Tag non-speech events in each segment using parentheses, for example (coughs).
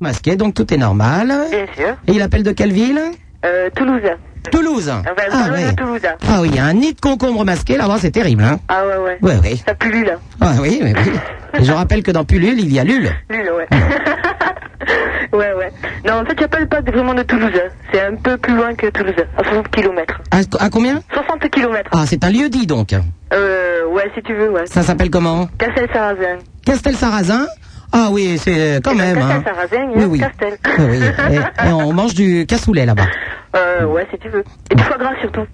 masqué, donc tout est normal. Bien sûr. Et il appelle de quelle ville Euh, Toulouse. Toulouse. Ah, bah, ah, Toulouse, ouais. Toulouse. ah oui, il y a un nid de concombre masqué là-bas, c'est terrible. Hein Ah ouais, ouais. ouais, oui. Ça pue hein. Lula. Ah oui, oui, oui. Et je rappelle que dans Pulule, il y a Lul. Lula, ouais. (laughs) ouais, ouais. Non, en fait, j'appelle pas vraiment de Toulouse. C'est un peu plus loin que Toulouse, à 60 km. À, à combien 60 km. Ah, c'est un lieu dit donc. Euh, ouais, si tu veux, ouais. Ça s'appelle comment Castel-Sarrazin. Castel-Sarrazin Ah oui, c'est quand Eh ben, même. hein. Castel-Sarrazin, il Oui, y a oui. Castel. Oui, oui. Et, et on mange du cassoulet là-bas. Euh, ouais, si tu veux. Et du foie gras surtout.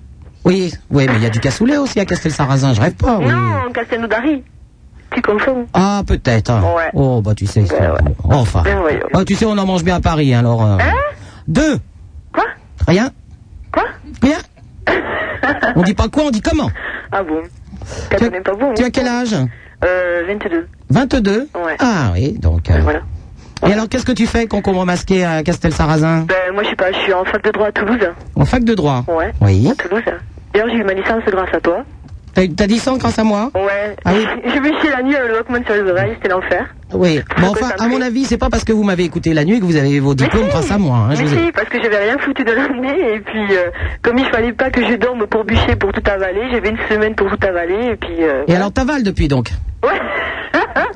Oui, oui, mais il y a du cassoulet aussi à Castel-Sarrazin, je rêve pas. Ah Oui. Non, Castelnaudary. Tu confonds. Ah, peut-être. hein. Ouais. Ben Oh, bah tu sais. ça. ouais. Enfin. Ben, voyons. Ah, tu sais, on en mange bien à Paris, hein, alors. euh, Hein Deux. Quoi Rien Quoi (laughs) Rien On dit pas quoi, on dit comment Ah bon T'as Tu as- connais pas bon Tu hein as quel âge Euh, 22. 22 Ouais. Ah oui, donc. euh, Voilà. Et alors, qu'est-ce que tu fais, concombre masqué à Castel-Sarrazin Ben, moi, je sais pas, je suis en fac de droit à Toulouse. En fac de droit Ouais. Oui. À Toulouse. D'ailleurs, j'ai eu ma licence grâce à toi. T'as t'as dit ça grâce à moi Ouais. Ah (laughs) oui. J'ai me la nuit avec le Walkman sur les oreilles, c'était l'enfer. Oui. que Bon, enfin, ça me à mon plaît. avis, c'est pas parce que vous m'avez écouté la nuit que vous avez vos diplômes grâce à moi. hein, je Mais vous ai- si, parce que j'avais rien foutu de l'année, et puis, euh, comme il fallait pas que je dorme pour bûcher, pour tout avaler, j'avais une semaine pour tout avaler, et puis, euh, Et alors, t'avales depuis donc (laughs) ouais.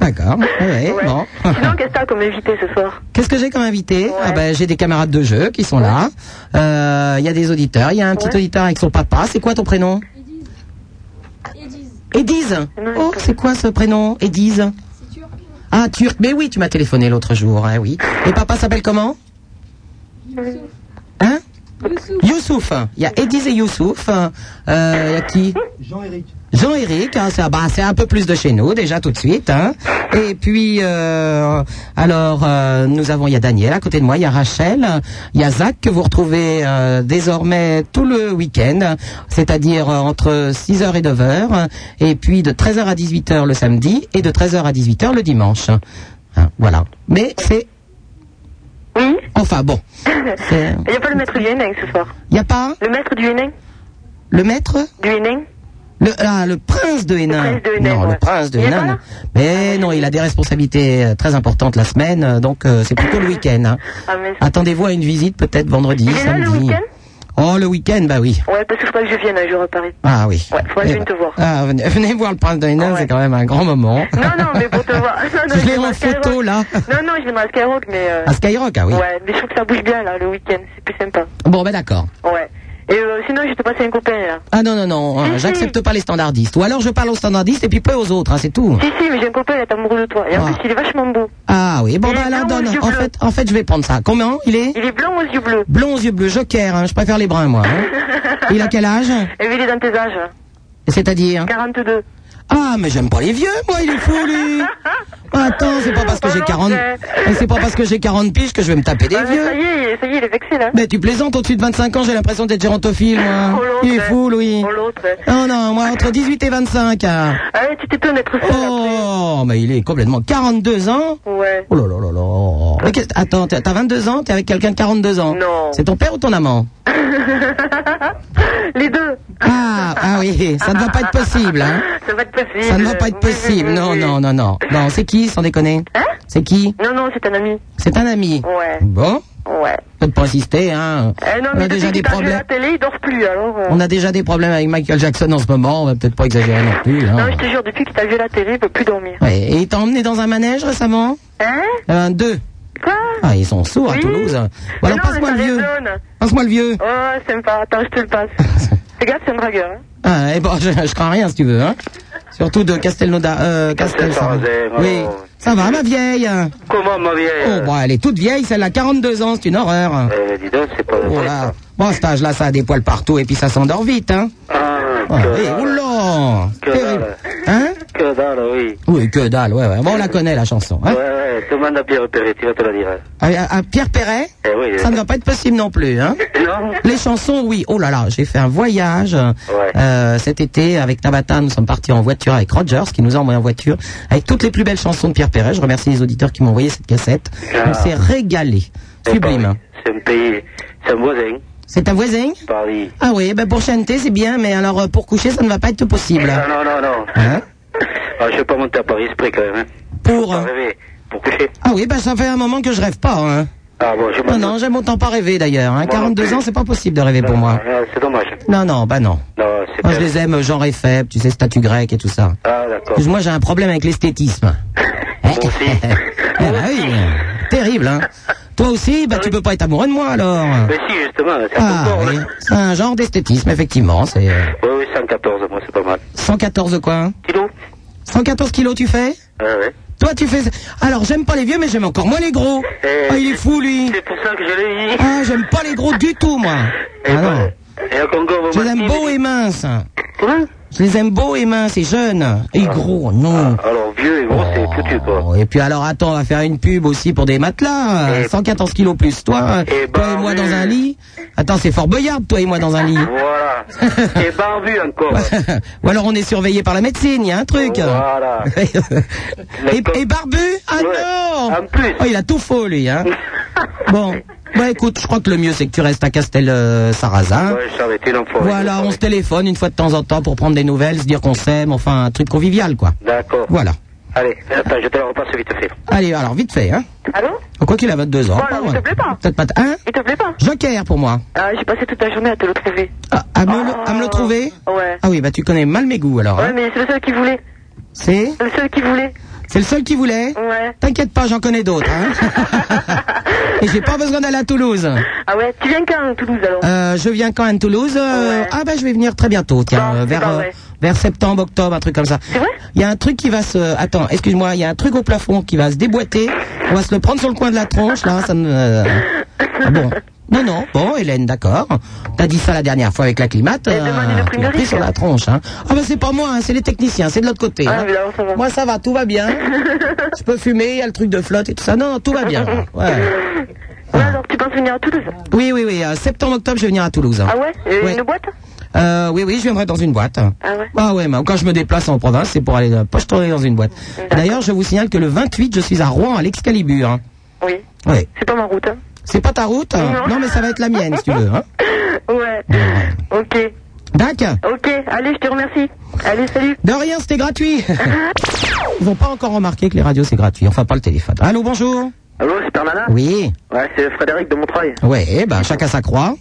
D'accord. Ouais, Ouais. (laughs) bon. Sinon, qu'est-ce que t'as comme invité ce soir Qu'est-ce que j'ai comme invité Ah ben, J'ai des camarades de jeu qui sont là. Euh, Il y a des auditeurs. Il y a un petit Ouais. auditeur avec son papa. C'est quoi ton prénom Ediz, Ediz. Oh, c'est quoi ce prénom Ediz c'est turc. Ah, Turc. Mais oui, tu m'as téléphoné l'autre jour. hein, oui. Et papa s'appelle comment Youssouf. Hein Youssouf. Youssouf. Il y a Ediz et Youssouf. Euh, Il y a qui Jean-Éric. Jean-Éric, hein, c'est bah, c'est un peu plus de chez nous déjà tout de suite. hein. Et puis, euh, alors, euh, nous avons, il y a Daniel à côté de moi, il y a Rachel, il y a Zach que vous retrouvez euh, désormais tout le week-end, c'est-à-dire euh, entre 6h et 9h, et puis de 13h à 18h le samedi et de 13h à 18h le dimanche. Hein, voilà. Mais c'est... Oui? Enfin bon, c'est- (laughs) Il n'y a pas le maître du Hénin ce soir. il n'y a pas Le maître du Hénin le maître Du Hénin Le, ah, le prince de Hénin. Le prince de Hénin, non, ouais. Ah, le prince de Il est Hénin. pas là non. Mais non, il a des responsabilités euh, très importantes la semaine, euh, donc euh, c'est plutôt le week-end. hein. Ah, mais- Attendez-vous à une visite peut-être vendredi, Il est là, le samedi. week-end oh, le week-end, bah oui. Ouais, parce que je crois que je vienne un jour à Paris. Ah oui. Ouais, faudrait que je Eh vienne ben, te voir. Ah Ah, venez, venez voir le prince de Hénin, Ouais. c'est quand même un grand moment. Non, non, mais pour (laughs) te voir. (laughs) Non, non, Je l'ai viendrai en à Skyrock. photo, là. Non, non, je viendrai à Skyrock, mais. euh, À Skyrock, ah oui. Ouais, mais je trouve que ça bouge bien, là, le week-end. C'est plus sympa. Bon, ben d'accord. Ouais. Et euh, sinon, je te passe un copain, là. Ah non, non, non, euh, Si, j'accepte pas les standardistes. Ou alors je parle aux standardistes et puis peu aux autres, hein, c'est tout. Si, si, mais j'ai un copain, il est amoureux de toi. Et en Ah. plus, il est vachement beau. Ah oui, bon, Il ben est alors blanc aux donne. yeux En bleus. fait, en fait, je vais prendre ça. Combien il est Il est blond aux yeux bleus. Blond aux yeux bleus, joker, hein, je préfère les bruns, moi. hein. Il a quel âge (laughs) Et il est dans tes âges. C'est-à-dire 42. Ah, mais j'aime pas les vieux, moi, il est fou, lui Attends, c'est pas parce que Oh j'ai non, 40... c'est- Et c'est pas parce que j'ai 40 piges que je vais me taper des Ah, mais ça vieux y est, ça y est, il est vexé, là. Mais tu plaisantes, au-dessus de 25 ans, j'ai l'impression d'être gérontophile, moi. Oh, l'autre, Il est hein. fou, Louis Oh, l'autre. Oh non, moi, entre 18 et 25, hein. Ah, ouais, tu t'étonnes d'être seul. Oh, mais il est complètement... 42 ans après. Ouais. (laughs) Oh là là là là Mais qu'est-ce- Attends, t'as t'as 22 ans, t'es avec quelqu'un de 42 ans Non. C'est ton père ou ton amant Les deux. Ah, ah oui, ça ne va pas être possible, hein Ça va être possible. Ça ne va pas être Oui, oui, possible. oui, Non, oui. non, non, non. Non, c'est qui, sans déconner Hein C'est qui Non, non, c'est un ami. C'est un ami. Ouais, Bon, ouais. peut pas insister, hein. Eh non, On a mais déjà depuis des qu'il parle de la problèmes. télé, il dort plus, alors... euh, On a déjà des problèmes avec Michael Jackson en ce moment. On va peut-être pas exagérer non plus. Non, Hein. je te jure, depuis qu'il t'a vu à la télé, il peut plus dormir. Ouais, Et il t'a emmené dans un manège récemment Euh, Hein Un deux. Quoi Ah, ils sont sourds à Oui. Toulouse. Bon, Mais alors non, passe-moi mais le ça vieux. résonne. Passe-moi le vieux. Oh, sympa. Attends, je te (laughs) le passe. Fais gaffe, c'est un dragueur. hein. Ah, et bon, (laughs) je, je crains rien si tu veux. Hein. Surtout de Castelnauda. Euh, Castel. Castel-Sarrazin, oh. Oui. Ça va, ma vieille. Comment, ma vieille Oh, bon, elle est toute vieille, celle-là, 42 ans, c'est une horreur. euh, Dis donc, c'est pas Oh vrai. là. ça. Bon, à cet âge-là, ça a des poils partout et puis ça s'endort vite, hein. Ah, Ah, que oui, dalle. oula Que Terrible. dalle. Hein Que dalle, oui. Oui, que dalle, ouais, ouais. Bon, on la connaît, la chanson. Hein Ouais, ouais, demande à Pierre Perret, tu vas te la dire. hein. à, à- à Pierre Perret Eh oui. eh. Ça ne va pas être possible non plus, hein Non les chansons, oui. Oh là là, j'ai fait un voyage euh, cet été avec Tabata. Nous sommes partis en voiture avec Rogers, qui nous a envoyé en voiture, avec toutes les plus belles chansons de Pierre Perret. Je remercie les auditeurs qui m'ont envoyé cette cassette. Ah. Eh ben On s'est régalé. C'est pas Sublime. hein. vrai. C'est un pays, c'est un voisin, C'est ta voisine Paris. Ah oui, ben pour chanter c'est bien, mais alors euh, pour coucher ça ne va pas être possible. Ah, Non, Ah, non, non, non. Hein Ah, je vais pas monter à Paris, c'est près quand même. Hein. Pour Pas euh, rêver. pour coucher. Ah oui, ben ça fait un moment que je rêve pas. Hein. Ah bon, je Non, non, j'aime autant pas rêver d'ailleurs. Hein. Moi non 42 plus. ans, c'est pas possible de rêver pour moi. Ah, C'est dommage. Non, non, bah non. Non, c'est Moi, je bien. les aime genre et faible, tu sais, statue grecque et tout ça. Ah, d'accord. Parce que moi, j'ai un problème avec (laughs) l'esthétisme. Moi aussi. (laughs) Ah bah oui, terrible, hein. Toi aussi, bah tu peux pas être amoureux de moi alors. Mais si, justement, c'est un peu Ah fort, oui, hein. là. c'est un genre d'esthétisme, effectivement. C'est euh, Oui, oui, 114, moi, c'est pas mal. 114 quoi hein Kilo 114 kilos tu fais Ah, ouais. Toi tu fais... Alors j'aime pas les vieux, mais j'aime encore moins les gros. Eh, Ah, il est fou lui. C'est pour ça que je l'ai dit. Ah, j'aime pas les gros du tout, moi. Et, Ah non. et à Eh ben, Congo, vous Je les aime m'avez dit- beaux et minces. Hein Comment Je les aime beaux et minces et jeunes. Et gros, non. Alors, vieux et Ah. gros, c'est foutu, quoi. Oh, et puis alors attends, on va faire une pub aussi pour des matelas. euh, Eh. 114 kilos plus toi, Eh toi ben et moi oui. dans un lit. Attends, c'est Fort Boyard, toi et moi dans un lit. Voilà. (laughs) et barbu encore. Bah, Ou alors on est surveillé par la médecine, il y a un truc. Voilà. (laughs) et, et barbu Ah Ouais. non En plus. Oh, il a tout faux lui, (laughs) hein. bon, bah écoute, je crois que le mieux c'est que tu restes à euh, Castel-Sarrazin. Ouais, je savais, t'es l'enfoiré. Voilà, on se téléphone une fois de temps en temps pour prendre des nouvelles, se dire qu'on s'aime, enfin un truc convivial quoi. D'accord. Voilà. Allez, attends, je te la repasse vite fait. Allez, alors vite fait, hein. Allô Quoi qu'il a 22 ans. Bon, alors, il te plaît pas Peut-être pas. t- Hein Il te plaît pas Joker pour moi. Ah, j'ai passé toute la journée à te le trouver. Oh. Ah, à, me le, à me le trouver Ouais. Ah oui, bah tu connais mal mes goûts alors. hein. Ouais, mais c'est le seul qui voulait. C'est C'est le seul qui voulait. C'est le seul qui voulait Ouais. T'inquiète pas, j'en connais d'autres. (laughs) Hein Et j'ai pas besoin d'aller à Toulouse. Ah ouais, tu viens quand, Toulouse, alors Euh, je viens quand à Toulouse euh, Ouais. Ah bah je vais venir très bientôt, tiens, Bon, euh, c'est vers pas euh, vrai. vers septembre, octobre, un truc comme ça. C'est vrai Il y a un truc qui va se attends, excuse-moi, il y a un truc au plafond qui va se déboîter. On va se le prendre sur le coin de la tronche là, ça me Ah Bon. Non non, bon Hélène, d'accord. T'as dit ça la dernière fois avec la climate. euh, Elle demande Eh, une tu prime l'as de pris risque. sur la tronche hein. Ah bah c'est pas moi, hein, c'est les techniciens, c'est de l'autre côté. Ah, hein. évidemment, ça va. Moi ça va, tout va (laughs) bien. Je peux fumer, il y a le truc de flotte et tout ça. Non, non, tout va bien. Ouais. Ouais, alors tu penses venir à Toulouse Oui oui oui, euh, septembre octobre, je vais venir à Toulouse. hein. Ah ouais Et Ouais. Une boîte Euh, oui, oui, je viendrai dans une boîte. Ah ouais Ah ouais, mais quand je me déplace en province, c'est pour aller euh, pas je tourner dans une boîte. D'ailleurs, je vous signale que le 28, je suis à Rouen, à l'Excalibur. hein. Oui. Ouais. C'est pas ma route, (laughs) hein. C'est pas ta route hein Non. Non, mais ça va être la mienne, si tu veux. Hein Ouais. Ok. D'accord Ok, allez, je te remercie. Allez, salut. De rien, c'était (laughs) gratuit. Ils vont pas encore remarquer que les radios, c'est gratuit. Enfin, pas le téléphone. Allô, bonjour Allô, c'est Nana Oui. Ouais, c'est Frédéric de Montreuil. (laughs) Ouais, ben, chacun sa croix.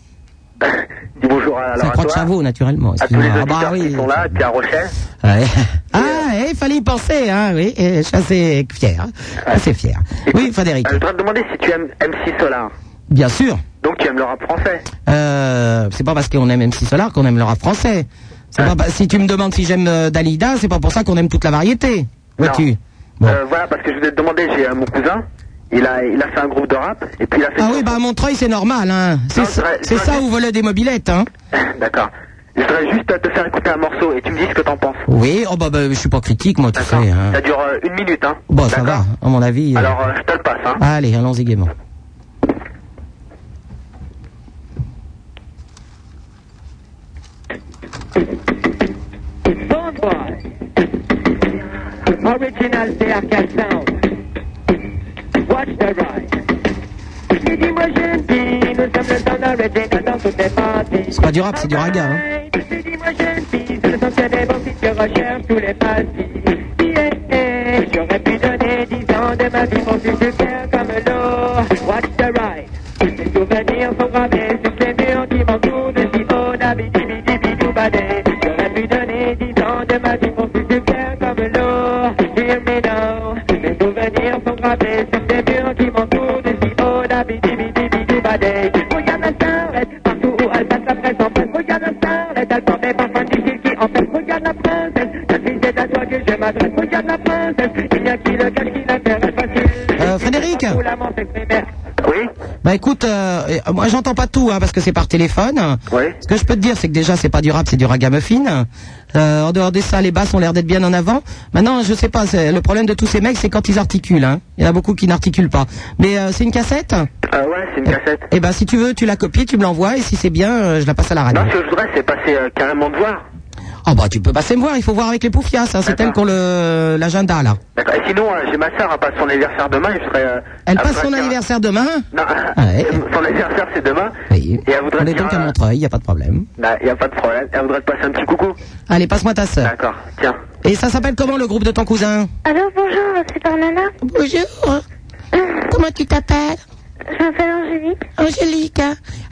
Dis bonjour à, sa alors, à croix de toi, chaveau, naturellement. à tous les Excuse-moi. auditeurs Ah bah oui. qui sont là, puis à Rochelle. Ouais. (laughs) Ah, eh, fallait y penser, hein, oui. Eh, Je suis assez fier. hein. Assez fier. Oui, Frédéric. Euh, je voudrais te demander si tu aimes MC Solar. Bien sûr. Donc tu aimes le rap français. Euh, c'est pas parce qu'on aime MC Solar qu'on aime le rap français. C'est Ah. pas pa- si tu me demandes si j'aime euh, Dalida, c'est pas pour ça qu'on aime toute la variété. Vois-tu Non. Bon. Euh, voilà, parce que je voulais te demander, j'ai euh, mon cousin, il a, il a fait un groupe de rap, et puis il a fait... Ah oui, bah à Montreuil, c'est normal. Hein. C'est Non, ça- je- je- c'est ça je- où volait des mobilettes. Hein. (coughs) D'accord. Je voudrais juste euh, te faire écouter un morceau, et tu me dis ce que t'en penses. Oui, oh bah, bah, je suis pas critique, moi, tu sais. D'accord hein. Ça dure euh, une minute, hein. Bon, ça va, D'accord à mon avis. euh, Alors, euh, je te le passe, hein. Allez, allons-y gaiement. Bone Boy. Original Berca Sound. Watch the ride. Si dis-moi gentil, nous sommes le temps d'arrêter maintenant toutes les parties. C'est pas du rap, c'est du raga. Hein. Si dis-moi gentil, ce sont ces des bons fils que recherchent tous les partis. Yeah, yeah. J'aurais pu donner dix ans de ma vie pour plus de cœur comme l'eau. Watch the ride. Les souvenirs sont gravés sur ces murs qui m'entourent de si haut d'abidi-bidi-bidi-badé. J'aurais pu donner dix ans de ma vie pour plus de cœur comme l'eau. Hear me now. Mes souvenirs sont gravés sur ces murs qui m'entourent de si haut d'abidi-bidi-bidi-badé. Regarde la starlette, partout où elle passe, la presse en presse. Regarde la starlette, elle porte des parfums difficiles qui empêchent. Regarde la princesse, la fille c'est à toi que je m'adresse. Regarde la princesse, il n'y a qui le cache qui l'intéresse. Facile. Euh, Frédéric Où la montre s'exprime. Oui Bah écoute, euh, euh, moi j'entends pas tout hein, parce que c'est par téléphone. Ouais. Ce que je peux te dire, c'est que déjà c'est pas du rap, c'est du ragamuffin. Euh, en dehors de ça, les basses ont l'air d'être bien en avant. Maintenant, je sais pas, c'est- le problème de tous ces mecs, c'est quand ils articulent. hein. Il y en a beaucoup qui n'articulent pas. Mais euh, c'est une cassette Euh, Ouais, c'est une cassette. Eh ben si tu veux, tu la copies, tu me l'envoies et si c'est bien, euh, je la passe à la radio. Non, ce que je voudrais, c'est passer euh, carrément de voir. Oh bah tu peux passer me voir, il faut voir avec les poufias, ça, c'est D'accord. elle qui ont le- l'agenda là. D'accord. Et sinon, euh, j'ai ma soeur, elle passe son anniversaire demain. et Je serai, euh, Elle elle passe voudrait son dire- anniversaire demain (laughs) Non, ouais. son anniversaire c'est demain. Oui. Et elle voudrait On est dire, donc à euh, Montreuil, il n'y a pas de problème. Bah, y a pas de problème. Elle voudrait te passer un petit coucou. Allez, passe-moi ta sœur. D'accord. Tiens. Et ça s'appelle comment le groupe de ton cousin Allô, bonjour, c'est par Nana. Bonjour. Comment tu t'appelles Je m'appelle Angélique. Angélique.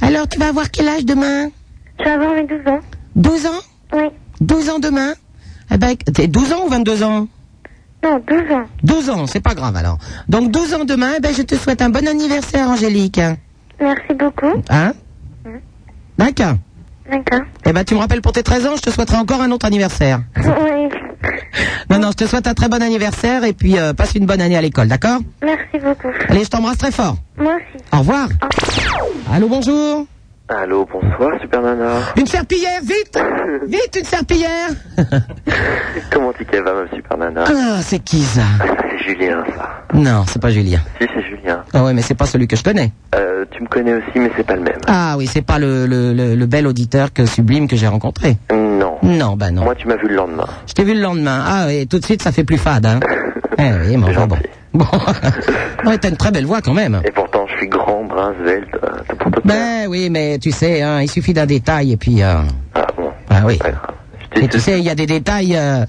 Alors tu vas avoir quel âge demain Je vais avoir mes 12 ans. 12 ans Oui. 12 ans demain Eh ben, t'es 12 ans ou 22 ans Non, 12 ans. 12 ans, c'est pas grave alors. Donc 12 ans demain, eh ben, je te souhaite un bon anniversaire Angélique. Merci beaucoup. Hein D'accord. D'accord. (laughs) Eh ben, tu me rappelles pour tes 13 ans, je te souhaiterai encore un autre anniversaire. Oui. Non, non, je te souhaite un très bon anniversaire et puis euh, passe une bonne année à l'école, d'accord Merci beaucoup. Allez, je t'embrasse très fort. Moi aussi. Au revoir. Au Allô, bonjour. Allô, bonsoir, Super (laughs) Nana. Une serpillière, vite Vite, une (laughs) serpillière Comment tu qu'elle va, ma Super Nana Ah, c'est qui ça Ah, ça, c'est Julien, ça. Non, c'est pas Julien. Si, c'est Julien. Ah ouais, mais c'est pas celui que je connais. Euh, tu me connais aussi, mais c'est pas le même. Ah oui, c'est pas le, le, le- le bel auditeur que sublime que j'ai rencontré. Non. Non, bah non. Moi, tu m'as vu le lendemain. Je t'ai vu le lendemain. Ah oui, tout de suite, ça fait plus fade, hein. Eh oui, mais (laughs) C'est enfin, bon. gentil. Bon. ouais, t'as une très belle voix quand même. Et pourtant, je suis grand, brun, svelte. euh, Tout pour te plaire. Ben oui, mais tu sais, hein, il suffit d'un détail et puis... euh, Ah bon. Ah oui. Pas grave. Je te- Et tu sais, il y a des détails euh,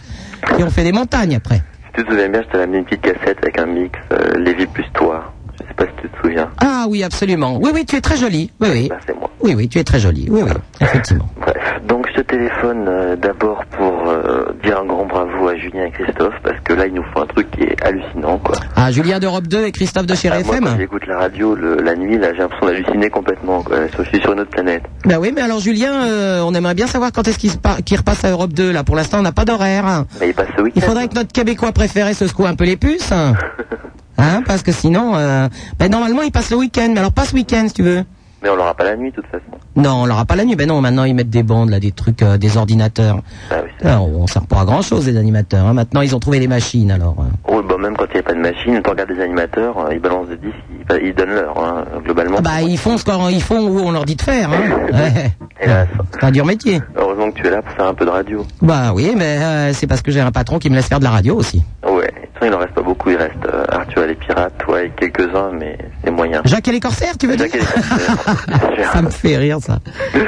qui ont fait des montagnes après. Si tu te souviens bien, je t'avais amené une petite cassette avec un mix euh, Lévi plus toi. Je sais pas si tu te souviens. Ah oui, absolument. Oui, oui, tu es très jolie. Oui, oui. Bah, c'est moi. Oui, oui, tu es très jolie. Oui, oui, effectivement. Bref, donc je te téléphone euh, d'abord pour euh, dire un grand bravo à Julien et Christophe parce que là, ils nous font un truc qui est hallucinant, quoi. Ah, Julien d'Europe 2 et Christophe de Chéri Ah, moi, quand FM j'écoute la radio le- la nuit, là, j'ai l'impression d'halluciner complètement. Quoi. Je suis sur une autre planète. Ben oui, mais alors Julien, euh, on aimerait bien savoir quand est-ce qu'il se par- qu'il repasse à Europe 2. Là, pour l'instant, on n'a pas d'horaire. hein. Mais il passe ce week-end. Il faudrait que notre Québécois préféré se secoue un peu les puces. hein. Hein, parce que sinon, euh, ben normalement, il passe le week-end. Mais alors, pas ce week-end, si tu veux. (laughs) Mais on l'aura pas la nuit, de toute façon. Non, on l'aura pas la nuit. Ben non, maintenant, ils mettent des bandes, là, des trucs, euh, des ordinateurs. Ah oui, c'est- Alors, on sert pas à grand-chose, les animateurs. hein. Maintenant, ils ont trouvé les machines, alors. hein. Oh, bah, même quand il n'y a pas de machine, tu regardes les animateurs, euh, ils balancent des disques, ils, bah, ils donnent l'heure, hein, globalement. Ah bah, ils font ce qu'on- ils font où on leur dit de faire. (laughs) Hein. Ouais. Hélas. C'est un dur métier. Heureusement que tu es là pour faire un peu de radio. Bah oui, mais euh, c'est parce que j'ai un patron qui me laisse faire de la radio aussi. Ouais, de toute façon, il en reste pas beaucoup, il reste euh, Arthur et les pirates, toi et quelques-uns, mais c'est moyen. Jacques et les corsaires, tu veux dire Jacques et les corsaires. (laughs) Ça me fait rire, ça.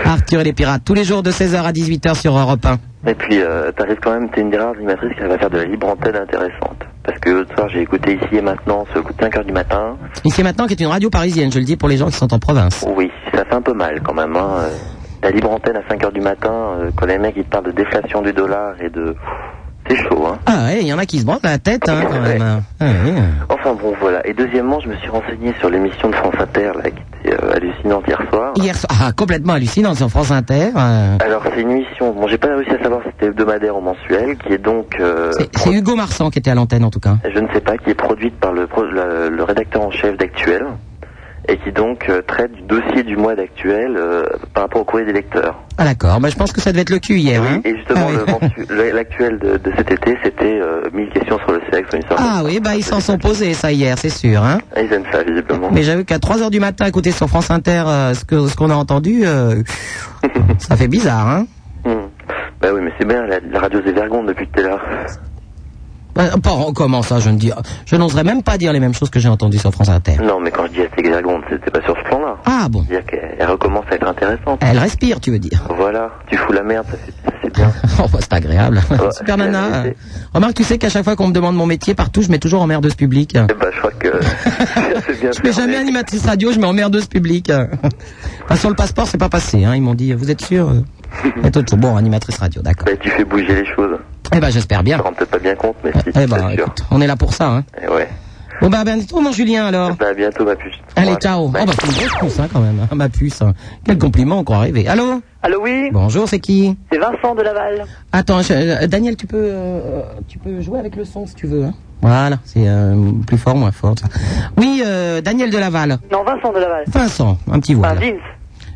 Arthur et les pirates, tous les jours de 16h à 18h sur Europe 1. Et puis, euh, t'arrives quand même, t'es une des rares animatrices qui va faire de la libre antenne intéressante. Parce que l'autre soir, j'ai écouté ici et maintenant, ce coup de 5 heures du matin. oh Ici et maintenant, qui est une radio parisienne, je le dis pour les gens qui sont en province. Oui, ça fait un peu mal quand même. Hein. Euh, La libre antenne à 5 heures du matin, euh, quand les mecs ils te parlent de déflation du dollar et de... C'est chaud, hein. Ah ouais, il y en a qui se branlent la tête, hein, quand Ouais. même. hein. Ah ouais. Enfin bon, voilà. Et deuxièmement, je me suis renseigné sur l'émission de France Inter, là, qui était euh, hallucinante hier soir. Hier soir, ah, complètement hallucinant sur France Inter. euh, Alors, c'est une émission, bon, j'ai pas réussi à savoir si c'était hebdomadaire ou mensuel, qui est donc... euh, c'est- C'est Hugo Marsan qui était à l'antenne, en tout cas. je ne sais pas, qui est produite par le, pro- le, le rédacteur en chef d'Actuel et qui donc euh, traite du dossier du mois d'Actuel euh, par rapport au courrier des lecteurs. Ah d'accord, bah, je pense que ça devait être le cul hier. hein. Et justement, Ah le oui. mensu- le- l'actuel de, de cet été, c'était euh, 1000 questions sur le sexe. Une sorte Ah de- oui, bah ils s'en sont posés ça hier, c'est sûr. Hein Ah, Ils aiment ça, visiblement. Mais j'avoue qu'à 3 heures du matin, écouter sur France Inter euh, ce que ce qu'on a entendu, (laughs) euh, ça fait bizarre. Hein Hmm. Bah oui, mais c'est bien, la, la radio Zévergonde depuis tout à l'heure. Euh, pas- comment ça Je ne dis, je n'oserais même pas dire les mêmes choses que j'ai entendues sur France Inter. Non, mais quand je dis la Zévergonde, c'était pas sur ce plan-là. Ah bon C'est-à-dire qu'elle elle recommence à être intéressante. Elle respire, tu veux dire (laughs) Voilà, tu fous la merde, ça, c'est- ça, c'est bien. Oh, bah, c'est agréable. (laughs) Super c'est la nana. vérité. euh, Remarque, tu sais qu'à chaque fois qu'on me demande mon métier partout, je mets toujours emmerdeuse publique. Eh bah, je crois (laughs) que c'est bien Je fais fermé. jamais animatrice radio, je mets emmerdeuse publique. (laughs) Enfin, sur le passeport, c'est pas passé. Hein. Ils m'ont dit, vous êtes sûr (laughs) Et tout, tout. Bon, animatrice radio, d'accord. Bah, tu fais bouger les choses. Eh ben, j'espère bien. Tu te rends peut-être pas bien compte, mais si, Eh c'est ben, sûr. écoute, on est là pour ça. Hein. Et ouais. Bon bah à bientôt mon Julien alors. Bah, à bientôt, ma puce. Allez Bon, ciao. Oh bye. bah c'est une grosse puce hein, quand même, hein, ma puce. hein. Quel compliment, on croit rêver. Allô Allô, oui Bonjour, c'est qui C'est Vincent de Laval. Attends, je- euh, Daniel, tu peux, euh, tu peux jouer avec le son si tu veux. Hein. Voilà, c'est euh, plus fort, moins fort. ça. Oui, euh, Daniel de Laval. Non, Vincent de Laval. Vincent, un petit voix. Enfin, là.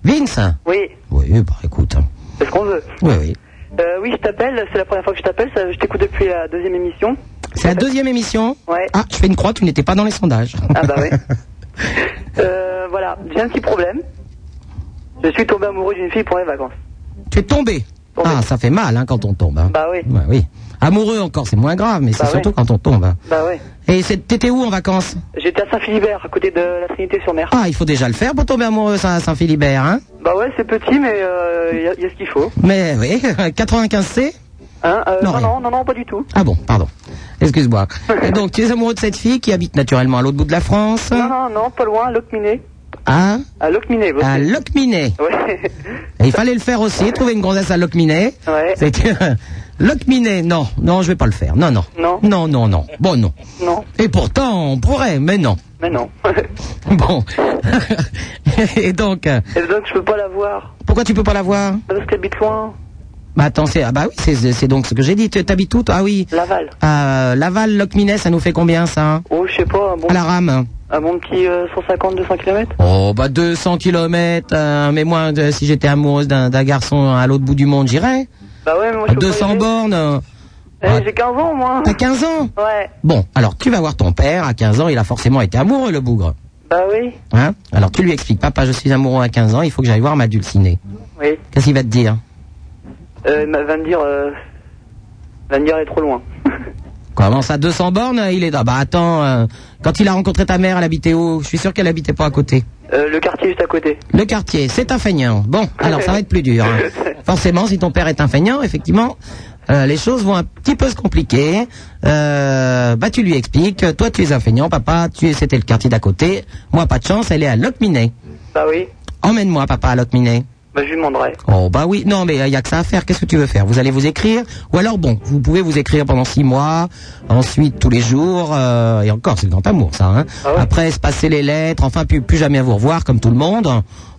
Vince. Vince Oui, Oui, bah écoute. hein. c'est ce qu'on veut. Oui, oui. Euh, oui, je t'appelle. C'est la première fois que je t'appelle. ça- Je t'écoute depuis la deuxième émission. C'est la deuxième émission. Ouais. Ah, je fais une croix, tu n'étais pas dans les sondages. Ah bah ouais. Euh, voilà, j'ai un petit problème. Je suis tombé amoureux d'une fille pour les vacances. (laughs) tu es tombé. On Ah, est- ça fait mal hein, quand on tombe. hein. Bah oui. Ouais, oui. Amoureux encore, c'est moins grave, mais c'est Bah ouais. surtout quand on tombe. hein. Bah ouais. Et c'est- t'étais où en vacances J'étais à Saint-Philibert, à côté de la Trinité-sur-Mer. Ah, il faut déjà le faire pour tomber amoureux à Saint-Philibert. Hein Bah ouais, c'est petit, mais il y, a- y a ce qu'il faut. mais oui, (laughs) 95C Hein euh, Non, non, rien. non, non, non, pas du tout. Ah bon, pardon. Excuse-moi. Et Donc, tu es amoureux de cette fille qui habite naturellement à l'autre bout de la France, Non, non, non, pas loin, à Locminé. à, À Locminé, vous à Locminé. (laughs) Ouais. Et il fallait le faire aussi, trouver une gonzesse à Locminé. ouais. (laughs) C'était Locminé, non, non, je vais pas le faire. Non, non. Non. Non, non, non. Bon, non. Non, Et pourtant, on pourrait, mais non. (laughs) mais non. (laughs) Bon. (laughs) Et donc, euh, Et donc, je peux pas la voir. pourquoi tu peux pas la voir Parce qu'elle habite loin. Bah attends, c'est ah bah oui, c'est- c'est c'est donc ce que j'ai dit. Tu- T'habites où toi Ah oui, Laval. à Euh, Laval, Locminé, ça nous fait combien ça hein, Oh, je sais pas, un bon, À la rame. un bon petit euh, 150, 200 km. Oh bah 200 kilomètres. euh, mais moi, de- si j'étais amoureuse d'un d'un garçon à l'autre bout du monde, j'irais. Bah ouais, mais moi, je peux pas y 200 aller. bornes. euh, Eh, Ouais. J'ai 15 (laughs) ans, moi. T'as 15 ans Ouais. Bon, alors tu vas voir ton père. À 15 ans, il a forcément été amoureux, le bougre. Bah oui. Hein alors tu lui expliques, papa, je suis amoureux à 15 ans. Il faut que j'aille voir ma dulcinée. Oui. Qu'est-ce qu'il va te dire Euh, il m'a- va me dire. Euh, va me dire, elle est trop loin. (laughs) Comment ça, 200 bornes Il est là. Bah attends, euh, quand il a rencontré ta mère, elle habitait où Je suis sûr qu'elle habitait pas à côté. Euh, le quartier juste à côté. Le quartier, c'est un feignant. Bon, alors ça va être plus dur. hein. Forcément, si ton père est un feignant, effectivement, euh, les choses vont un petit peu se compliquer. Euh, bah tu lui expliques, toi tu es un feignant, papa, tu es, c'était le quartier d'à côté. Moi, pas de chance, elle est à Locminé. Bah oui. Emmène-moi, papa, à Locminé. Bah, je lui demanderai. Oh bah oui, non mais il y a que ça à faire. Qu'est-ce que tu veux faire Vous allez vous écrire ou alors bon, vous pouvez vous écrire pendant six mois, ensuite tous les jours euh, et encore c'est le grand amour ça. Hein Ah ouais Après se passer les lettres, enfin plus plus jamais à vous revoir comme tout le monde.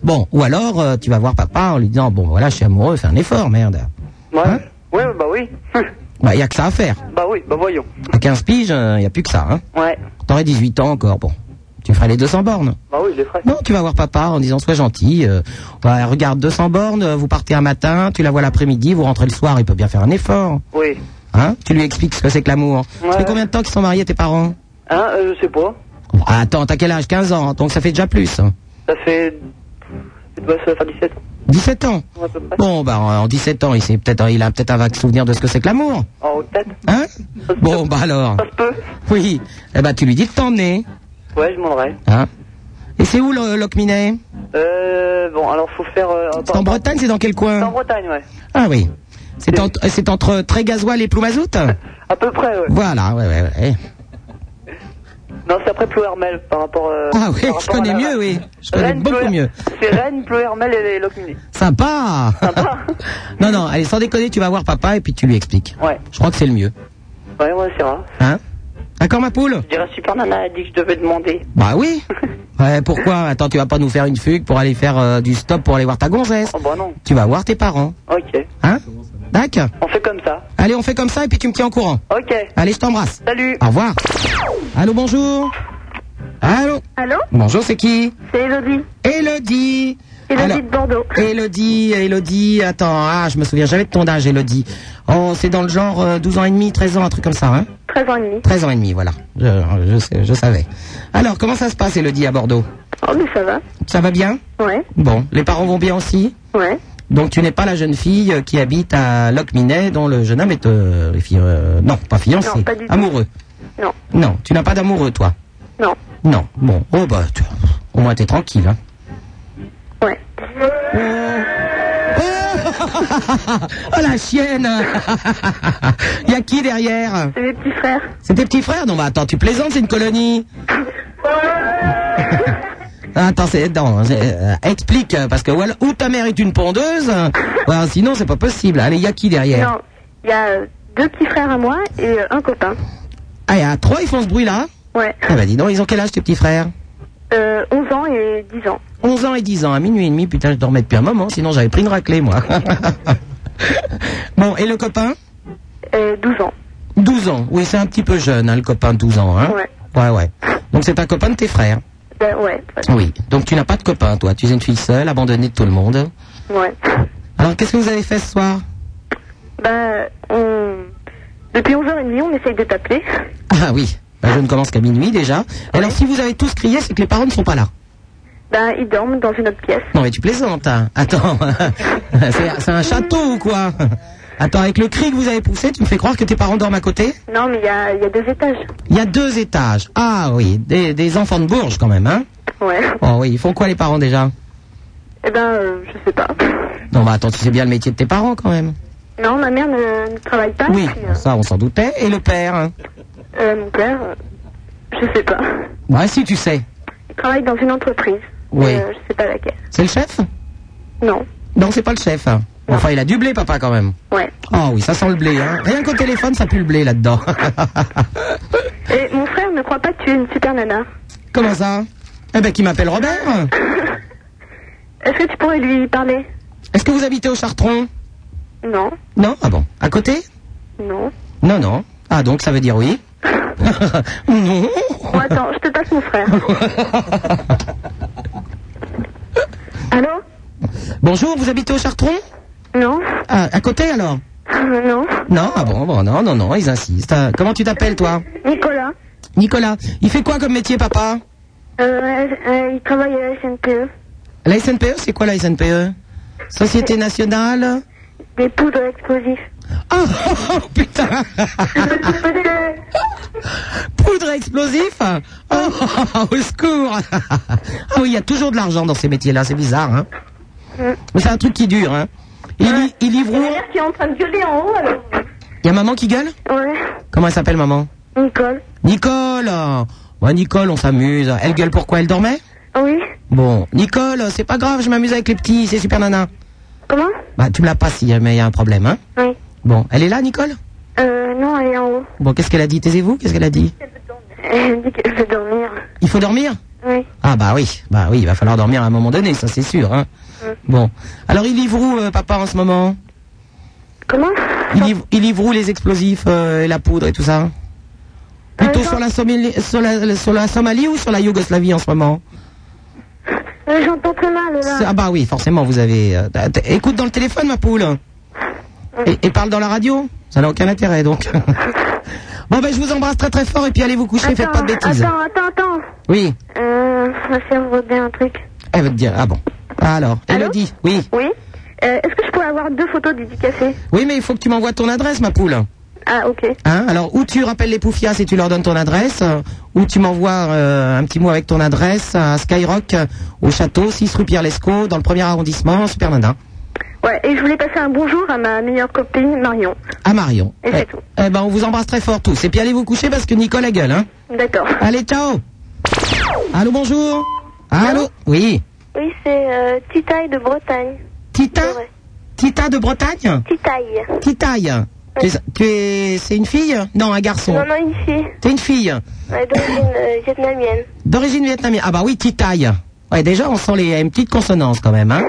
Bon ou alors euh, tu vas voir papa en lui disant bon voilà je suis amoureux, fais un effort merde. Ouais. Hein ouais, bah oui. (laughs) Bah il y a que ça à faire. bah oui, bah voyons. À 15 piges, il y a plus que ça. Hein Ouais. T'aurais 18 ans encore bon. Tu ferais les 200 bornes. Bah oui, je les ferai. Non, tu vas voir papa en disant sois gentil. euh, bah, regarde 200 bornes, euh, vous partez un matin, tu la vois l'après-midi, vous rentrez le soir, il peut bien faire un effort. Oui. Hein Tu lui expliques ce que c'est que l'amour. Ça fait Ouais. combien de temps qu'ils sont mariés tes parents Hein, euh, je sais pas. Ah, Attends, t'as quel âge 15 ans, donc ça fait déjà plus. hein. Ça fait. Bah, ça va faire 17 ans, 17 ans. à peu près. Bon, bah en 17 ans, il, sait peut-être, il a peut-être un vague souvenir de ce que c'est que l'amour. Oh, peut-être. Hein Bon, bah alors. Ça se peut. Oui. Eh ben, tu lui dis de t'emmener. Ouais, je demanderai. Hein Et c'est où le Locminet Euh, bon, alors faut faire. euh, C'est en attends, Bretagne, hein. c'est dans quel C'est en coin Bretagne, ouais. Ah oui. C'est, en- c'est entre Trégasoil et Ploumazout À peu près, ouais. Voilà, ouais, ouais, ouais. Non, c'est après Plouermel par rapport. euh, Ah oui, par je rapport à connais la- mieux, oui. Je connais Rennes, beaucoup Plouer- mieux. C'est Rennes, Plouermel et Locmini. Sympa (laughs) Non, non, allez, sans déconner, tu vas voir papa et puis tu lui expliques. Ouais, Je crois que c'est le mieux. ouais, ouais, c'est rare. Hein D'accord, ma poule Je dirais Super Nana a dit que je devais demander. Bah (laughs) oui Ouais, pourquoi Attends, tu vas pas nous faire une fugue pour aller faire euh, du stop pour aller voir ta gonzesse Oh, bah non. Tu vas voir tes parents. Ok. Hein D'accord On fait comme ça. Allez, on fait comme ça et puis tu me tiens au courant. Ok. Allez, je t'embrasse. Salut. Au revoir. Allô, bonjour Allô Allô Bonjour, c'est qui C'est Elodie. Élodie Elodie Alors- de Bordeaux. Élodie, Élodie, attends, ah, je me souviens jamais de ton âge, Élodie. Oh, c'est dans le genre euh, 12 ans et demi, 13 ans, un truc comme ça, hein 13 ans et demi. 13 ans et demi, voilà. Je, je sais- je savais. Alors, comment ça se passe, Élodie, à Bordeaux Oh, mais ça va. Ça va bien Ouais, Bon, les parents vont bien aussi ouais. Donc, tu n'es pas la jeune fille euh, qui habite à Locminet, dont le jeune homme est... euh, fi- euh, non, pas fiancé, Non, pas du tout. amoureux. Non. Non, tu n'as pas d'amoureux, toi Non. Non, bon, oh bah, tu- au moins t'es tranquille, (laughs) hein Ouais. Oh la chienne (laughs) Y a qui derrière C'est mes petits frères. C'est tes petits frères Non, bah attends, tu plaisantes, c'est une colonie Ah, Attends, c'est. Non, c'est- euh, explique, euh, parce que ou, alors- ou ta mère est une pondeuse, euh, ou alors sinon c'est pas possible. Allez, y a qui derrière Non, il y a euh, deux petits frères à moi et euh, un copain. Allez, à trois, ils font ce bruit-là Ouais. Ah bah dis donc, ils ont quel âge tes petits frères Euh, 11 ans et 10 ans. 11 ans et 10 ans, à minuit et demi, putain, je dormais depuis un moment, sinon j'avais pris une raclée, moi. bon, et le copain Euh, 12 ans. 12 ans. Oui, c'est un petit peu jeune, hein, le copain de 12 ans. Hein Ouais. Ouais, ouais. Donc c'est un copain de tes frères. Ben, ouais, Oui. Donc tu n'as pas de copain, toi. Tu es une fille seule, abandonnée de tout le monde. ouais. (laughs) Alors qu'est-ce que vous avez fait ce soir Ben, on... Depuis 11h30, on essaye de t'appeler. Ah oui. Bah, je ne commence qu'à minuit déjà. Alors si vous avez tous crié, c'est que les parents ne sont pas là. Ben, ils dorment dans une autre pièce. Non mais tu plaisantes. hein. Attends, (laughs) c'est c'est un château ou quoi Attends, avec le cri que vous avez poussé, tu me fais croire que tes parents dorment à côté Non, mais il y a, il y a deux étages. Il y a deux étages. Ah oui, des, des enfants de Bourges quand même, hein Ouais. Oh oui, ils font quoi les parents déjà Eh ben, euh, je sais pas. Non bah attends, tu sais bien le métier de tes parents quand même. Non, ma mère ne, ne travaille Ah, pas. Oui, puis, euh, ça on s'en doutait. Et le père hein euh, mon père, euh, je sais pas. Ouais, si tu sais. Il travaille dans une entreprise. Oui. Mais, euh, je sais pas laquelle. C'est le chef Non. Non, c'est pas le chef. hein. Enfin, il a du blé, papa, quand même. Ouais. Oh oui, ça sent le blé. Hein. Rien qu'au téléphone, ça pue le blé là-dedans. (laughs) Et mon frère ne croit pas que tu es une super nana. (laughs) Comment ça Eh ben, qui m'appelle Robert Est-ce que tu pourrais lui parler Est-ce que vous habitez au Chartron Non. Non Ah bon. À côté Non. Non, non. Ah donc, ça veut dire oui (laughs) Non Bon, attends, Oh, je te passe mon frère. Allô (laughs) Bonjour, vous habitez au Chartron Non. Euh, ah, À côté, alors Non. Non, ah bon, bon, non, non, non, ils insistent. Ah, comment tu t'appelles, toi Nicolas, Nicolas. Il fait quoi comme métier, papa euh, euh, il travaille à la SNPE. La SNPE, E, c'est quoi la SNPE Société Nationale Des poudres explosives. (laughs) Ah, (laughs) oh, putain Poudre à explosif oh, (laughs) au secours Ah oui, il y a toujours de l'argent dans ces métiers-là, c'est bizarre, hein Mm. Mais c'est un truc qui dure, hein Ils, li- ils livreront... qui est en train de gueuler en haut, alors Il y a maman qui gueule Ouais. Comment elle s'appelle, maman Nicole. Nicole Ouais, Nicole, on s'amuse. Elle gueule pourquoi Elle dormait Ah Oui. Bon, Nicole, c'est pas grave, je m'amuse avec les petits, c'est super nana. Comment Bah, tu me la passes si jamais il y a un problème, hein Oui. Bon, elle est là, Nicole Euh, non, elle est en haut. Bon, qu'est-ce qu'elle a dit Taisez-vous, qu'est-ce qu'elle a dit Elle dit qu'elle veut dormir. Il faut dormir Oui. Ah bah oui, bah oui, il va falloir dormir à un moment donné, ça c'est sûr. Hein. Mm. Bon, alors il livre où, euh, papa, en ce moment Comment il livre, il livre où les explosifs euh, et la poudre et tout ça Plutôt Euh, sur, la Somalie, sur, la, sur la Somalie ou sur la Yougoslavie en ce moment Euh, J'entends très mal, C'est- là. Ah bah oui, forcément, vous avez... euh, t- t- écoute dans le téléphone, ma Mm. poule. Et, et parle dans la radio. Ça n'a aucun intérêt, (laughs) donc. bon, ben je vous embrasse très très fort et puis allez vous coucher, faites pas de bêtises. attends, attends, attends. Oui, Euh, ma sœur redit un truc. elle va te dire... Ah bon. Ah, alors, Allô Elodie, oui. Oui. Euh, Est-ce que je pourrais avoir deux photos dédicacées Oui, mais il faut que tu m'envoies ton adresse, ma poule. Ah, ok. Hein Alors, ou tu rappelles les poufias et tu leur donnes ton adresse, euh, ou tu m'envoies euh, un petit mot avec ton adresse à Skyrock euh, au château, 6 rue Pierre Lescaut, dans le premier arrondissement, Super Nana. Ouais, et je voulais passer un bonjour à ma meilleure copine, Marion. À Marion. Et c'est Eh- tout. Eh ben, on vous embrasse très fort tous. Et puis allez vous coucher parce que Nicole a gueule, hein. D'accord. Allez, ciao Allô, bonjour Allô Oui. Oui, c'est euh, Titaille de Bretagne. Tita Ouais. Tita de Bretagne Titaille. Titaille Tu es- Tu es... C'est une fille Non, un garçon. Non, non, une fille. T'es une fille Elle est d'origine euh, vietnamienne. D'origine vietnamienne. Ah bah oui, Titaille. Ouais, déjà, on sent les, une petite consonance quand même, hein.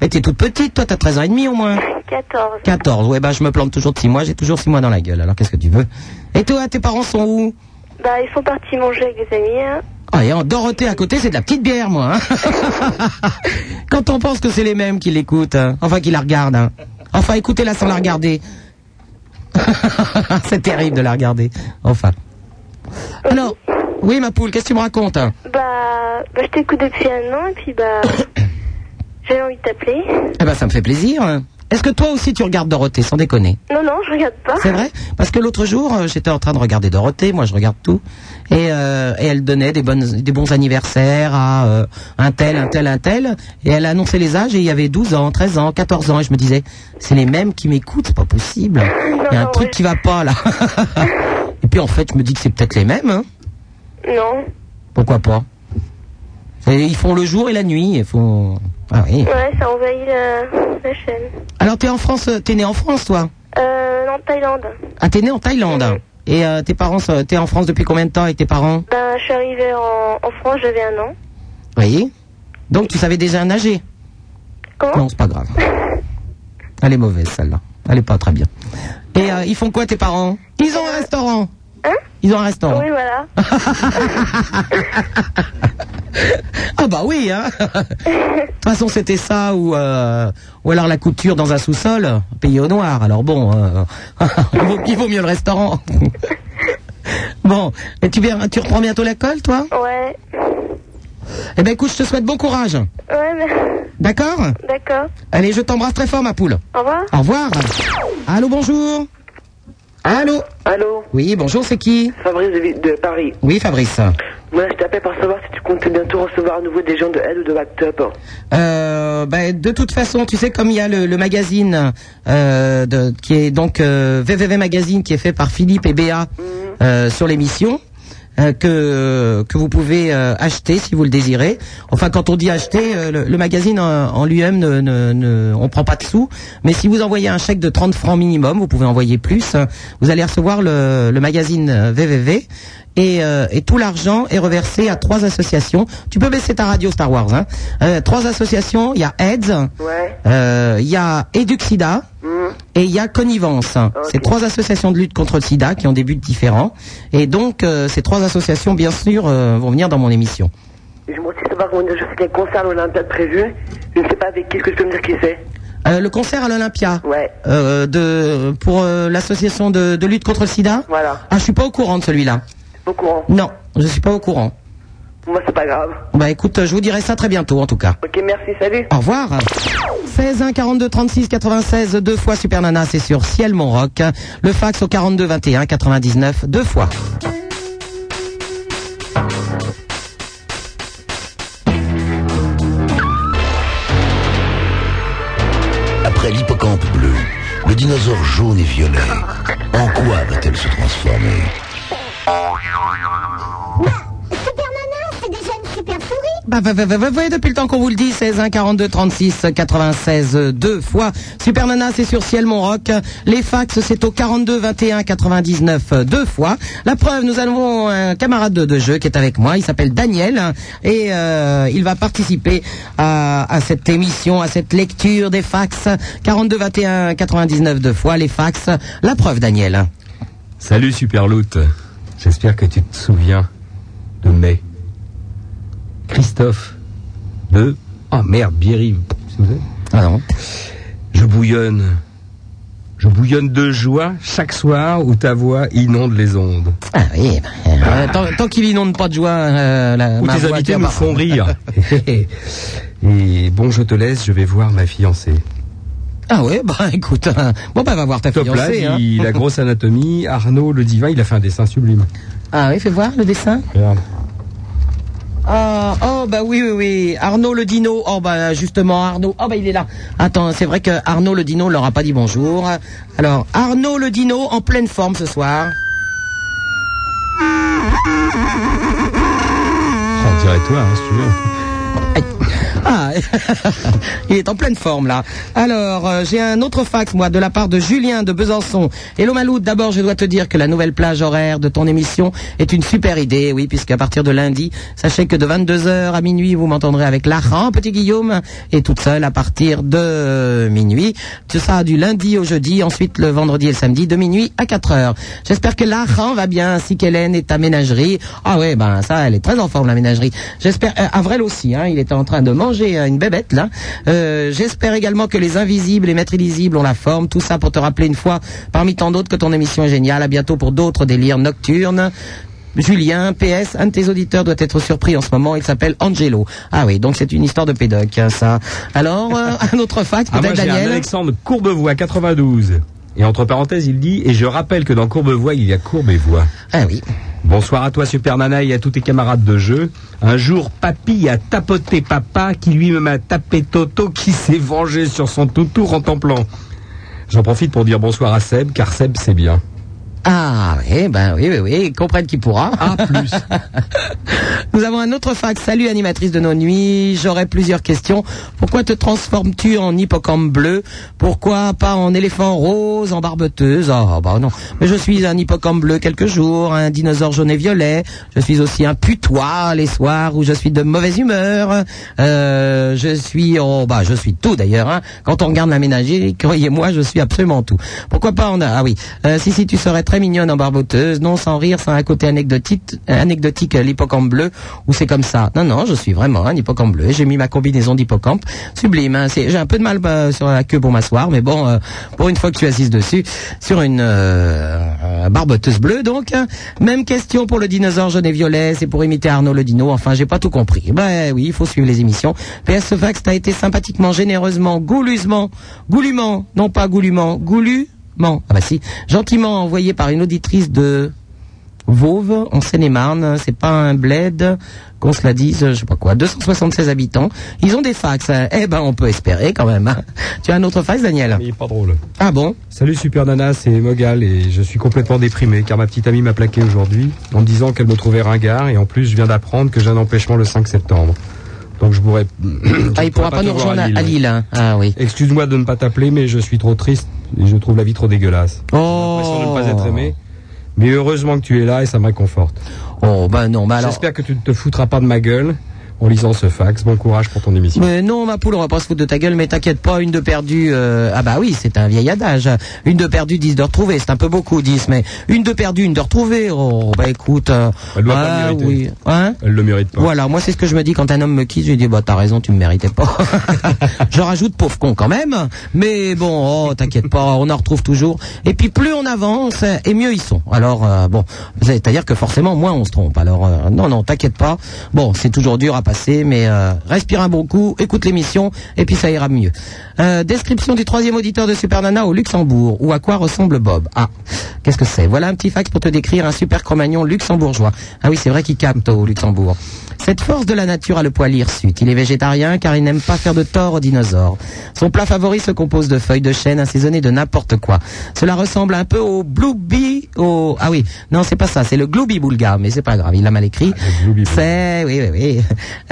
Mais t'es toute petite, toi, t'as 13 ans et demi au moins. 14. 14. Ouais, bah je me plante toujours de 6 mois, j'ai toujours 6 mois dans la gueule, alors qu'est-ce que tu veux Et toi, tes parents sont où Bah, ils sont partis manger avec des amis. Hein. Ah, et en Dorothée à côté, c'est de la petite bière, moi. hein. (laughs) Quand on pense que c'est les mêmes qui l'écoutent, hein. enfin qui la regardent. hein. Enfin, écoutez-la sans la regarder. (laughs) c'est terrible de la regarder. Enfin. Alors, oui, ma poule, qu'est-ce que tu me racontes hein Bah, bah, je t'écoute depuis un an et puis bah, (coughs) j'avais envie de t'appeler. Eh ben, ça me fait plaisir. hein. Est-ce que toi aussi tu regardes Dorothée, sans déconner Non, non, je regarde pas. C'est vrai Parce que l'autre jour, euh, j'étais en train de regarder Dorothée, moi je regarde tout, et, euh, et elle donnait des, bonnes, des bons anniversaires à euh, un tel, un tel, un tel, et elle annonçait les âges, et il y avait 12 ans, 13 ans, 14 ans, et je me disais, c'est les mêmes qui m'écoutent, c'est pas possible. Il y a un non, truc ouais. qui va pas là. (laughs) et puis en fait, je me dis que c'est peut-être les mêmes, hein. Non. pourquoi pas Et Ils font le jour et la nuit, ils font... Ah oui. Ouais, ça envahit la, la chaîne. Alors t'es en France, euh, t'es né en France toi Euh, non, Thaïlande. Ah, t'es né en Thaïlande. Et euh, tes parents, sont- t'es en France depuis combien de temps avec tes parents Ben, je suis arrivée en, en France, j'avais un an. Oui. Donc tu savais déjà nager Comment Non, c'est pas grave. Elle est mauvaise celle-là. Elle est pas très bien. Et euh, ils font quoi tes parents Ils ont un restaurant. Hein Ils ont un restaurant. Oui, voilà. Ah bah oui. (laughs) Hein de toute façon, c'était ça ou euh, ou alors la couture dans un sous-sol, payé au noir. Alors bon, euh, (laughs) il, vaut, il vaut mieux le restaurant. (laughs) bon, et tu, viens- tu reprends bientôt l'école, toi Ouais. Eh ben écoute, je te souhaite bon courage. Ouais, mais... (laughs) D'accord D'accord. Allez, je t'embrasse très fort, ma poule. Au revoir. Au revoir. Allô, bonjour. Allô Allô, Oui, bonjour, c'est qui Fabrice de, Vi- de Paris. Oui, Fabrice. Moi, je t'appelle pour savoir si tu comptes bientôt recevoir à nouveau des gens de L ou de Backtop. Euh, ben, de toute façon, tu sais, comme il y a le, le magazine euh, de, qui est donc euh, VVV Magazine, qui est fait par Philippe et Béa euh, sur l'émission, euh, que, que vous pouvez euh, acheter si vous le désirez. Enfin, quand on dit acheter, euh, le, le magazine euh, en lui-même, ne, ne, ne- on prend pas de sous. Mais si vous envoyez un chèque de 30 francs minimum, vous pouvez envoyer plus, euh, vous allez recevoir le, le magazine euh, VVV. Et, euh, et tout l'argent est reversé à trois associations. Tu peux baisser ta radio Star Wars. Hein. Euh, trois associations, il y a AIDS, Ouais. euh, il y a Eduxida Mmh. et il y a Connivence. C'est trois associations de lutte contre le sida qui ont des buts différents. Et donc, euh, ces trois associations, bien sûr, euh, vont venir dans mon émission. Et je voudrais aussi savoir comment dire, je sais qu'il y a un concert à l'Olympia de prévu. Je ne sais pas avec qui, est-ce que je peux me dire qui c'est Euh, le concert à l'Olympia Ouais, euh, de pour euh, l'association de, de lutte contre le sida voilà. Ah, je suis pas au courant de celui-là. C'est au courant. Non, je suis pas au courant. Pour moi, c'est pas grave. Bah écoute, euh, je vous dirai ça très bientôt en tout cas. Ok, merci, salut. Au revoir. 16 1 42 36 96 deux fois Super Nana, c'est sur Ciel Mon Rock. Le fax au 42 21 99 deux fois. Après l'hippocampe bleu, le dinosaure jaune et violet, en quoi va-t-elle se transformer Bah, bah, bah, bah, bah, ouais, depuis le temps qu'on vous le dit, 16 1 42 36 96 deux fois. Super Nana, c'est sur Ciel Mon Rock. Les fax, c'est au 42 21 99 euh, deux fois. La preuve, nous avons un camarade de, de jeu qui est avec moi. Il s'appelle Daniel hein, et euh, il va participer à, à cette émission, à cette lecture des fax. 42 21 99 deux fois. Les fax, la preuve, Daniel. Salut Superloot, j'espère que tu te souviens de mai. Christophe de... Ah merde, Bierry, c'est vous Ah non. Je bouillonne. Je bouillonne de joie chaque soir où ta voix inonde les ondes. Ah oui, bah, euh, tant, tant qu'il inonde pas de joie, euh, la, Où ma tes voix invités tient me pas. font (laughs) rire. Eh, Et bon, je te laisse, je vais voir ma fiancée. Ah ouais, bah (laughs) écoute, hein. bon bah va voir ta Top fiancée. là, hein. il- (laughs) la grosse anatomie, Arnaud le divin, il a fait un dessin sublime. Ah oui, fais voir le dessin. Ah, oh bah oui, oui, oui. Arnaud le dino. Oh bah justement, Arnaud. Oh bah il est là. Attends, c'est vrai que Arnaud le dino leur a pas dit bonjour. Alors, Arnaud le dino en pleine forme ce soir. On dirait toi, hein, si tu veux. Ah, (laughs) il est en pleine forme là. Alors, euh, j'ai un autre fax moi de la part de Julien de Besançon. Hello Maloud, d'abord je dois te dire que la nouvelle plage horaire de ton émission est une super idée, oui, puisqu'à partir de lundi, sachez que de 22h à minuit, vous m'entendrez avec Laurent, petit Guillaume, et toute seule à partir de euh, minuit. Tout ça du lundi au jeudi, ensuite le vendredi et le samedi de minuit à 4h. J'espère que Laurent va bien, ainsi qu'Hélène et ta ménagerie. Ah ouais, ben ça, elle est très en forme la ménagerie. J'espère, euh, Avrel aussi, hein, il était en train de manger euh, une bébête là. Euh, J'espère également que les invisibles et maîtres illisibles ont la forme. Tout ça pour te rappeler une fois, parmi tant d'autres, que ton émission est géniale. À bientôt pour d'autres délires nocturnes. Julien, PS, un de tes auditeurs doit être surpris en ce moment, il s'appelle Angelo. Ah oui, donc c'est une histoire de pédoc, hein, ça. Alors, euh, (laughs) un autre fax, Ah, moi, peut-être j'ai un Daniel Alexandre Courbevoie, 92. Et entre parenthèses, il dit, et je rappelle que dans Courbevoie, il y a Courbevoie. Ah oui. Bonsoir à toi, Super Nana, et à tous tes camarades de jeu. Un jour, papy a tapoté papa, qui lui-même a tapé Toto, qui s'est vengé sur son toutou rentemplant. J'en profite pour dire bonsoir à Seb, car Seb, c'est bien. Ah oui, ben oui, oui, oui, ils comprennent qui pourra. Ah, Nous avons un autre fax. Salut animatrice de nos nuits, j'aurais plusieurs questions. Pourquoi te transformes-tu en hippocampe bleu Pourquoi pas en éléphant rose, en barbeteuse Ah bah non, mais je suis un hippocampe bleu quelques jours, un dinosaure jaune et violet. Je suis aussi un putois les soirs où je suis de mauvaise humeur. Euh, je suis, oh bah je suis tout d'ailleurs. hein. Quand on regarde la ménagerie, croyez-moi, je suis absolument tout. Pourquoi pas en... Ah oui, Euh, si si tu serais très mignonne en barboteuse, non sans rire, sans un côté anecdotique, euh, anecdotique euh, l'hippocampe bleu, ou c'est comme ça. Non, non, je suis vraiment un hippocampe bleu. J'ai mis ma combinaison d'hippocampe, sublime. hein. C'est- J'ai un peu de mal bah, sur la queue pour m'asseoir, mais bon, euh, pour une fois que tu assises dessus, sur une euh, euh, barboteuse bleue, donc. hein. Même question pour le dinosaure jaune et violet, c'est pour imiter Arnaud le dino. Enfin, j'ai pas tout compris. Ben oui, il faut suivre les émissions. PS Vax, t'as été sympathiquement, généreusement, goulument, goulûment, non pas goulûment, goulu. Gentiment, ah bah si, gentiment envoyé par une auditrice de Vauve, en Seine-et-Marne. C'est pas un bled, qu'on se la dise, je sais pas quoi. 276 habitants. Ils ont des fax. hein. Eh ben, on peut espérer quand même. hein. Tu as un autre fax, Daniel Mais il est pas drôle. Ah bon Salut Super Nana, c'est Mogal et je suis complètement déprimé car ma petite amie m'a plaqué aujourd'hui en me disant qu'elle me trouvait ringard et en plus je viens d'apprendre que j'ai un empêchement le 5 septembre. Donc je pourrais. (clears throat) Ah, il pourra pas nous rejoindre à à Lille. hein. Ah oui. Excuse-moi de ne pas t'appeler mais je suis trop triste et je trouve la vie trop dégueulasse. Oh J'ai l'impression de ne pas être aimé. Mais heureusement que tu es là et ça me réconforte. Oh ben non, mais alors- J'espère que tu ne te foutras pas de ma gueule en lisant ce fax. Bon courage pour ton émission. Mais non, ma poule, on va pas se foutre de ta gueule, mais t'inquiète pas, une de perdue, euh, ah bah oui, c'est un vieil adage. hein. Une de perdue, dix de retrouvée, c'est un peu beaucoup, dix, mais une de perdue, une de retrouvée, oh, bah écoute, euh, Elle doit pas ah le oui, mériter. hein? Elle le mérite pas. Voilà, moi c'est ce que je me dis quand un homme me quitte, je lui dis bah t'as raison, tu me méritais pas. je rajoute pauvre con quand même, mais bon, oh t'inquiète pas, on en retrouve toujours. Et puis plus on avance, et mieux ils sont. Alors euh, bon, c'est-à-dire que forcément moins on se trompe. Alors euh, non non, t'inquiète pas. Bon, c'est toujours dur à passer, mais euh, respire un bon coup, écoute l'émission, et puis ça ira mieux. Euh, description du troisième auditeur de Super Nana au Luxembourg. Ou à quoi ressemble Bob Ah, qu'est-ce que c'est Voilà un petit fax pour te décrire un super cromagnon luxembourgeois. Ah oui, c'est vrai qu'il capte au Luxembourg. Cette force de la nature a le poil hirsute. Il est végétarien car il n'aime pas faire de tort aux dinosaures. Son plat favori se compose de feuilles de chêne assaisonnées de n'importe quoi. Cela ressemble un peu au bloubi, au... Ah oui, non, c'est pas ça, c'est le gloubi boulga, mais c'est pas grave, il l'a mal écrit. c'est... Oui, oui, oui.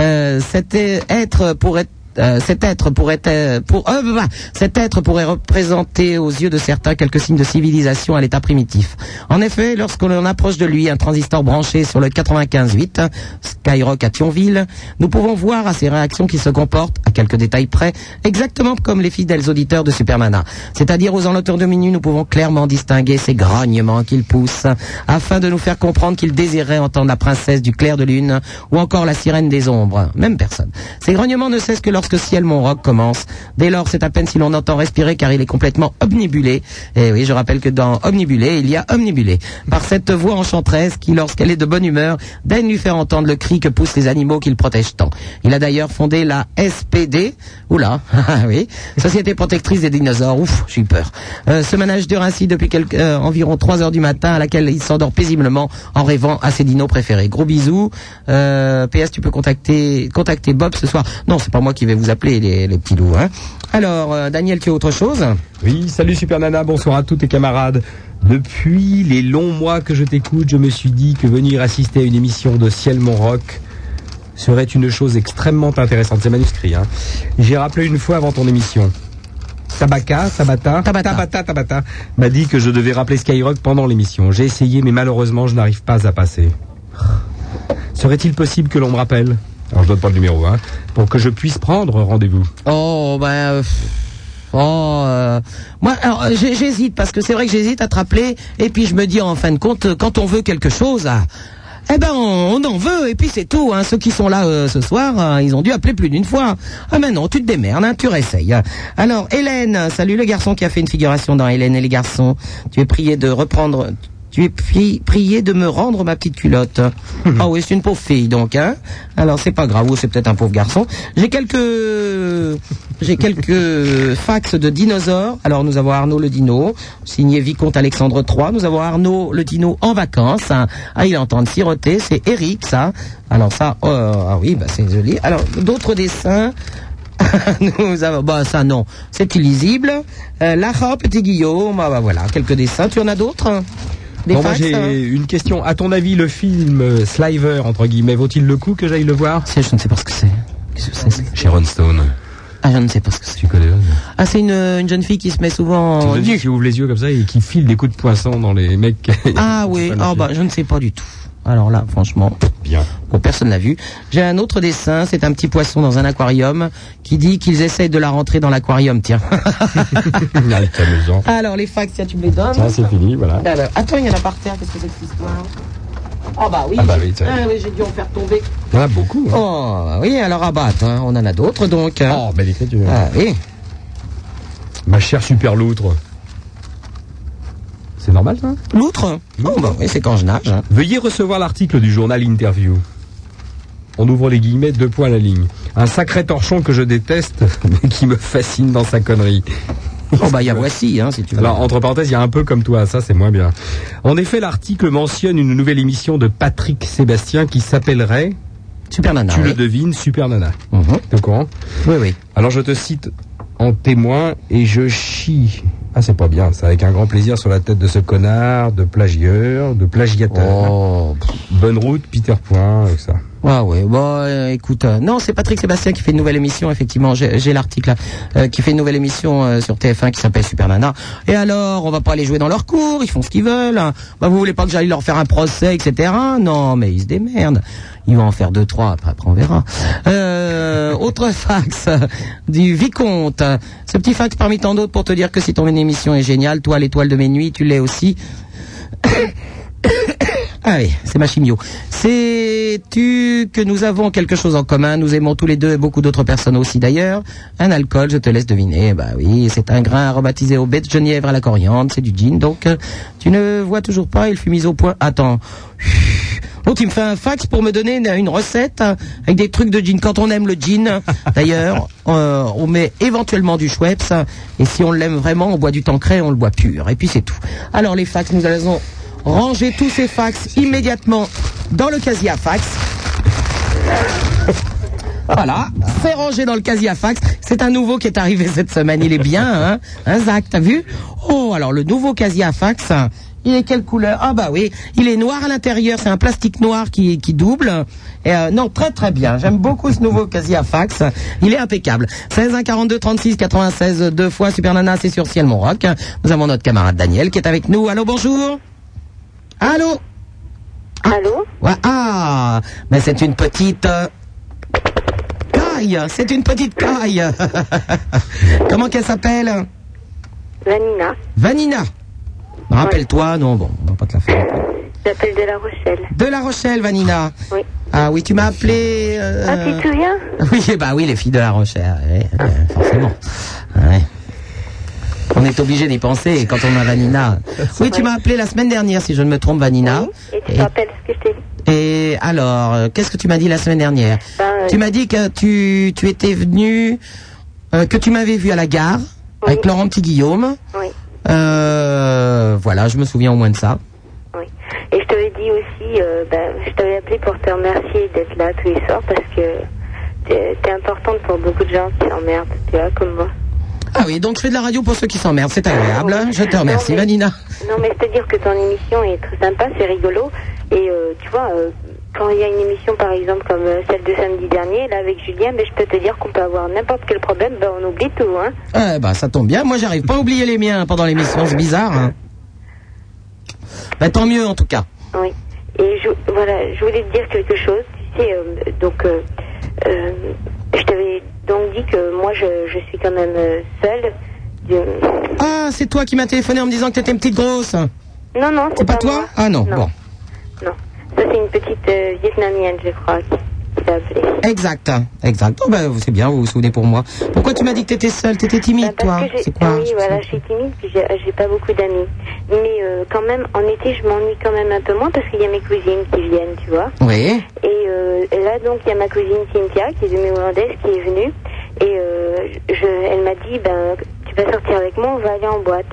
Euh, c'était être pour être euh, cet être pourrait euh, pour euh, bah, cet être pourrait représenter aux yeux de certains quelques signes de civilisation à l'état primitif. En effet, lorsqu'on approche de lui un transistor branché sur le 95.8 hein, Skyrock à Thionville, nous pouvons voir à ses réactions qu'il se comporte à quelques détails près exactement comme les fidèles auditeurs de Supermana. C'est-à-dire aux alentours de minuit, nous pouvons clairement distinguer ces grognements qu'il pousse afin de nous faire comprendre qu'il désirait entendre la princesse du clair de lune ou encore la sirène des ombres. Même personne. Ces grognements ne cessent que lorsque Ciel Mon Rock commence. Dès lors, c'est à peine si l'on entend respirer car il est complètement omnibulé. Et oui, je rappelle que dans omnibulé, il y a omnibulé. Par cette voix enchanteresse qui, lorsqu'elle est de bonne humeur, daigne lui faire entendre le cri que poussent les animaux qu'il protège tant. Il a d'ailleurs fondé la SPD. Oula, (laughs) ah oui. Société protectrice des dinosaures. Ouf, j'ai eu peur. Euh, ce manage dure ainsi depuis quelques- euh, environ 3 heures du matin à laquelle il s'endort paisiblement en rêvant à ses dinos préférés. Gros bisous. Euh, PS, tu peux contacter, contacter Bob ce soir. Non, c'est pas moi qui vais vous appeler les, les petits loups. Hein. Alors, euh, Daniel, tu as autre chose Oui, salut Super Nana, bonsoir à tous tes camarades. Depuis les longs mois que je t'écoute, je me suis dit que venir assister à une émission de Ciel Mon Rock serait une chose extrêmement intéressante. C'est manuscrit, hein. J'ai rappelé une fois avant ton émission. Tabaka, Tabata, Tabata, Tabata, m'a dit que je devais rappeler Skyrock pendant l'émission. J'ai essayé, mais malheureusement, je n'arrive pas à passer. Serait-il possible que l'on me rappelle Alors, je donne pas le numéro, hein, pour que je puisse prendre rendez-vous. Oh, ben... euh, pff, Oh, euh, moi, alors, euh, j'ai- j'hésite parce que c'est vrai que j'hésite à te rappeler et puis je me dis en fin de compte, euh, quand on veut quelque chose, ah, eh ben on, on en veut et puis c'est tout. Hein. Ceux qui sont là euh, ce soir, euh, ils ont dû appeler plus d'une fois. Ah mais non, tu te démerdes, hein, tu réessayes. Alors Hélène, salut le garçon qui a fait une figuration dans Hélène et les garçons. Tu es prié de reprendre. Tu es pri- prié de me rendre ma petite culotte. Ah oui, c'est une pauvre fille donc. Hein Alors c'est pas grave, ou c'est peut-être un pauvre garçon. J'ai quelques, j'ai quelques fax de dinosaures. Alors nous avons Arnaud le dino, signé vicomte Alexandre III. Nous avons Arnaud le dino en vacances. hein. Ah il entend siroter, c'est Eric ça. Alors ça, euh, ah oui, bah c'est joli. Alors d'autres dessins. (laughs) Nous avons, bah ça non, c'est illisible. Euh, Lara, petit Guillaume, ah, bah voilà, quelques dessins. Tu en as d'autres Des Bon, moi fax, j'ai hein une question. À ton avis, le film euh, Sliver, entre guillemets, vaut-il le coup que j'aille le voir Je ne sais pas ce que c'est. Sharon Stone. Ah, je ne sais pas ce que c'est. Tu connais pas Ah, c'est une, une jeune fille qui se met C'est souvent. une jeune (laughs) fille qui ouvre les yeux comme ça et qui file des coups de poisson dans les mecs. oh, bah. Ah oui, ah bah je ne sais pas du tout. Alors là, franchement, Bien. bon, personne l'a vu. J'ai un autre dessin, c'est un petit poisson dans un aquarium qui dit qu'ils essayent de la rentrer dans l'aquarium, tiens. (laughs) Ah, c'est amusant. Alors les fax, tiens, tu me les donnes. Ça, c'est fini, voilà. Alors, attends, il y en a par terre, qu'est-ce que c'est que cette histoire Ah bah oui, Ah bah j'ai- oui, ça- ah oui, j'ai dû en faire tomber. Il y en a beaucoup. hein. Oh, bah oui, alors à battre, hein. on en a d'autres donc. hein. Oh, belle écriture. Ah oui. Ma chère super loutre. C'est normal, ça L'outre Oh, bah oui, c'est quand je nage. hein. Veuillez recevoir l'article du journal Interview. On ouvre les guillemets, deux points à la ligne. Un sacré torchon que je déteste, (laughs) mais qui me fascine dans sa connerie. Oh, bah, il y a voici, hein, si tu veux. Alors, entre parenthèses, il y a un peu comme toi, ça c'est moins bien. En effet, l'article mentionne une nouvelle émission de Patrick Sébastien qui s'appellerait, Super Nana. tu oui. le devines, Super Nana. Mhm. T'es au courant Oui, oui. Alors, je te cite en témoin et je chie. Ah, c'est pas bien, ça, avec un grand plaisir sur la tête de ce connard, de plagieur, de plagiateur. Oh, pff. Bonne route, Peter Point, avec ça. Ah ouais, bon, euh, écoute, euh, non, c'est Patrick Sébastien qui fait une nouvelle émission, effectivement, j'ai j'ai l'article, là, euh, qui fait une nouvelle émission euh, sur TF1 qui s'appelle Super Nana. Et alors, on va pas aller jouer dans leur cours, ils font ce qu'ils veulent. hein. Bah, vous voulez pas que j'aille leur faire un procès, etc. Non, mais ils se démerdent. Ils vont en faire deux, trois, après, après on verra. Euh, autre (laughs) fax euh, du Vicomte. Ce petit fax parmi tant d'autres pour te dire que si ton émission est géniale, toi, l'étoile de mes nuits, tu l'es aussi. Ah oui, c'est ma chimio. Sais-tu que nous avons quelque chose en commun Nous aimons tous les deux et beaucoup d'autres personnes aussi d'ailleurs. Un alcool, je te laisse deviner. Bah oui, c'est un grain aromatisé au baies de genièvre à la coriandre, c'est du gin. Donc, euh, tu ne vois toujours pas, il fut mis au point. Attends. L'autre, il me fait un fax pour me donner une, une recette hein, avec des trucs de gin. Quand on aime le gin, (laughs) d'ailleurs, euh, on met éventuellement du Schweppes. hein, Et si on l'aime vraiment, on boit du Tancret, on le boit pur. Et puis c'est tout. Alors les fax, nous allons ranger tous ces fax immédiatement dans le casier à fax. Voilà, c'est rangé dans le casier à fax. C'est un nouveau qui est arrivé (laughs) cette semaine. Il est bien, hein, hein Zach, t'as vu Oh, alors le nouveau casier à fax, hein, il est quelle couleur Ah bah oui, il est noir à l'intérieur. C'est un plastique noir qui, qui double. Et euh, non, très très bien. J'aime beaucoup ce nouveau casier à fax. Il est impeccable. 16 1 42 36 96 deux fois Super Nana, c'est sur Ciel Mon Rock. Nous avons notre camarade Daniel qui est avec nous. Allô, bonjour. Allô. Allô Ouais, ah, mais c'est une petite euh, caille, c'est une petite caille. (laughs) Comment qu'elle s'appelle Vanina. Vanina. Rappelle-toi, non, bon, on va pas te la faire. J'appelle de La Rochelle. De La Rochelle, Vanina. Oui. Ah oui, tu m'as appelé. euh, Ah, tu te souviens (laughs) Oui, eh bah oui, les filles de La Rochelle, ouais, euh, forcément. Ouais. On est obligé d'y penser quand on a Vanina. Oui, tu m'as appelé la semaine dernière, si je ne me trompe, Vanina. Et tu te rappelles ce que je t'ai dit Et alors, euh, qu'est-ce que tu m'as dit la semaine dernière Ben, euh, Tu m'as dit que tu, tu étais venu, euh, que tu m'avais vu à la gare avec Laurent Petit Guillaume. Oui, Euh, voilà, je me souviens au moins de ça. oui. Et je t'avais dit aussi, euh, ben, je t'avais appelé pour te remercier d'être là tous les soirs parce que t'es t'es importante pour beaucoup de gens qui s'emmerdent, tu vois, comme moi. Ah oui, donc je fais de la radio pour ceux qui s'emmerdent, c'est agréable. hein. Je te Non, remercie, mais- Vanina. Non, mais c'est-à-dire que ton émission est très sympa, c'est rigolo. Et euh, tu vois, euh, quand il y a une émission, par exemple, comme euh, celle de samedi dernier, là, avec Julien, ben, je peux te dire qu'on peut avoir n'importe quel problème, ben, on oublie tout, hein. Eh ben, ça tombe bien. Moi, j'arrive pas à oublier les miens pendant l'émission, c'est bizarre. Hein. Ben, tant mieux en tout cas. Oui. Et je, voilà, je voulais te dire quelque chose. Tu sais, euh, donc, euh, euh, je t'avais donc dit que moi, je, je suis quand même euh, seule. Du- Ah, c'est toi qui m'as téléphoné en me disant que t'étais une petite grosse. Non, non, C'est pas toi moi. Ah non, non, bon. non. Ça, c'est une petite euh, vietnamienne, je crois, qui t'a appelée. Exact, exact. Oh, ben, c'est bien, vous vous souvenez pour moi. Pourquoi tu m'as dit que t'étais seule, t'étais timide, Bah, toi parce que j'ai- C'est quoi Oui, voilà, je suis timide, puis j'ai j'ai pas beaucoup d'amis. Mais euh, quand même, en été, je m'ennuie quand même un peu moins parce qu'il y a mes cousines qui viennent, tu vois. Oui. Et euh, là, donc, il y a ma cousine Cynthia, qui est demi-hollandaise, qui est venue. Et euh, je, elle m'a dit, ben, tu vas sortir avec moi, on va aller en boîte.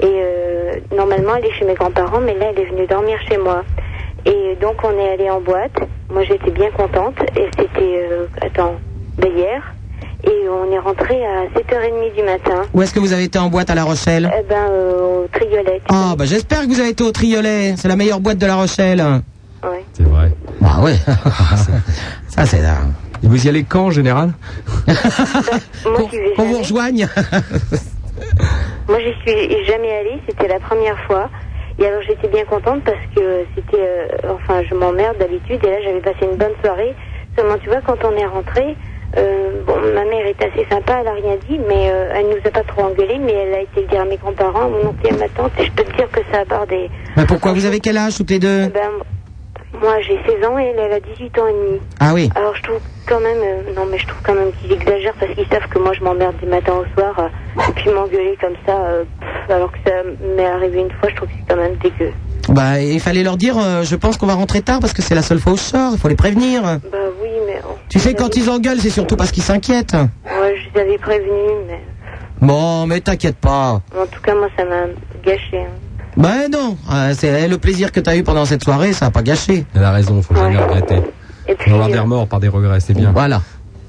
Et euh, normalement, elle est chez mes grands-parents, mais là, elle est venue dormir chez moi. Et donc, on est allé en boîte. Moi, j'étais bien contente. Et c'était, euh, attends, ben, hier. Et on est rentré à 7h30 du matin. Où est-ce que vous avez été en boîte à La Rochelle Eh ben, euh, au Triolet. Ah, bah j'espère que vous avez été au Triolet. C'est la meilleure boîte de La Rochelle. Ouais. C'est vrai. Bah ouais. (laughs) Ça, c'est là. Et vous y allez quand, en général Moi, Qu'on j'y vais qu'on vous jamais. rejoigne. (laughs) Moi, j'y suis jamais allée, c'était la première fois. Et alors j'étais bien contente parce que c'était, euh, enfin je m'emmerde d'habitude et là j'avais passé une bonne soirée. Seulement tu vois quand on est rentré, euh, bon ma mère est assez sympa, elle a rien dit, mais euh, elle nous a pas trop engueulé, mais elle a été le dire à mes grands-parents, à mon oncle et à ma tante et je peux te dire que ça a des. Mais pourquoi vous avez quel âge toutes les deux Ben, moi j'ai 16 ans et elle, elle a 18 ans et demi. Ah oui. Alors je trouve quand même, euh, non mais je trouve quand même qu'ils exagèrent parce qu'ils savent que moi je m'emmerde du matin au soir euh, et puis m'engueuler comme ça, euh, pff, alors que ça m'est arrivé une fois, je trouve que c'est quand même dégueu. Bah, il fallait leur dire, euh, je pense qu'on va rentrer tard parce que c'est la seule fois où je sors, il faut les prévenir. Bah oui, mais oh, Tu sais, quand ils engueulent, c'est surtout parce qu'ils s'inquiètent. moi je les avais prévenus, mais Bon, mais t'inquiète pas. en tout cas moi ça m'a gâché. hein. Bah non, euh, c'est le plaisir que t'as eu pendant cette soirée, ça n'a pas gâché. Elle a raison, faut jamais regretter. Faut avoir des remords par des regrets, c'est bien. Voilà.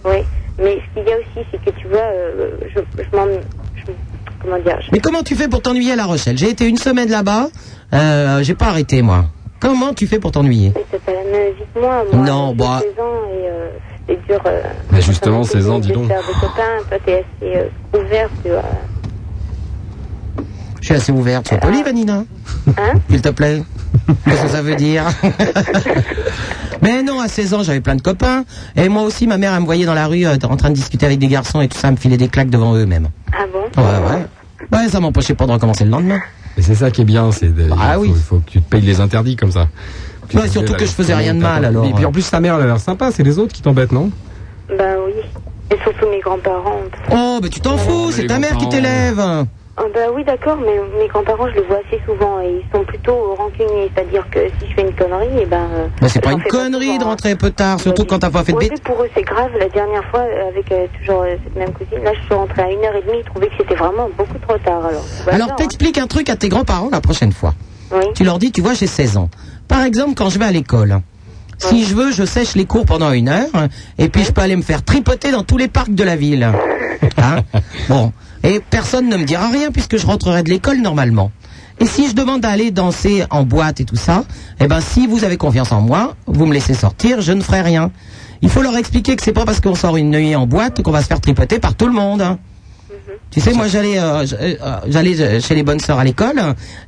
Oui, euh, mais ce qu'il y a aussi, c'est que tu vois, euh, je, je m'en, je- comment dire, je- Mais comment tu fais pour t'ennuyer à La Rochelle J'ai été une semaine là-bas, euh, j'ai pas arrêté moi. Comment tu fais pour t'ennuyer c'est pas la même vie que moi. moi Non, j'ai bah. 16 ans et euh, c'est dur. euh, Mais justement, 16 ans, dis de donc. faire des copains, toi t'es assez euh, ouvert, tu vois. Je suis assez ouverte, sois polie Vanina. Hein S'il te plaît. Qu'est-ce que ça veut dire (laughs) Mais non, à 16 ans, j'avais plein de copains. Et moi aussi, ma mère, elle me voyait dans la rue euh, en train de discuter avec des garçons et tout ça, elle me filait des claques devant eux-mêmes. Ah bon Ouais, ouais. Ouais, ça m'empêchait pas de recommencer le lendemain. Et c'est ça qui est bien, c'est de- il faut, faut que tu te payes les interdits comme ça. Ouais, Bah surtout que je faisais rien de mal, alors. euh. Et puis en plus, ta mère, elle a l'air sympa, c'est les autres qui t'embêtent, non Ben oui. Et surtout mes grands-parents. Oh, mais tu t'en fous, c'est ta mère qui t'élève. Ah ben oui, d'accord, mais mes grands-parents, je les vois assez souvent et ils sont plutôt rancuniers. C'est-à-dire que si je fais une connerie, et ben. euh, Mais c'est pas j'en une fais connerie de rentrer un peu tard, surtout quand t'as pas fait de Au bêtises. début, pour eux, c'est grave. La dernière fois, euh, avec euh, toujours euh, cette même cousine, là, je suis rentrée à 1h30, ils trouvaient que c'était vraiment beaucoup trop tard. Alors, Bah, Alors t'expliques un truc à tes grands-parents la prochaine fois. hein. Tu leur dis, tu vois, j'ai 16 ans. Par exemple, quand je vais à l'école, si je veux, je sèche les cours pendant une heure, et puis je peux aller me faire tripoter dans tous les parcs de la ville. Hein bon, et personne ne me dira rien puisque je rentrerai de l'école normalement. Et si je demande à aller danser en boîte et tout ça, eh ben si vous avez confiance en moi, vous me laissez sortir, je ne ferai rien. Il faut leur expliquer que c'est pas parce qu'on sort une nuit en boîte qu'on va se faire tripoter par tout le monde. hein. Tu sais, moi j'allais euh, j- euh, j'allais euh, chez les bonnes sœurs à l'école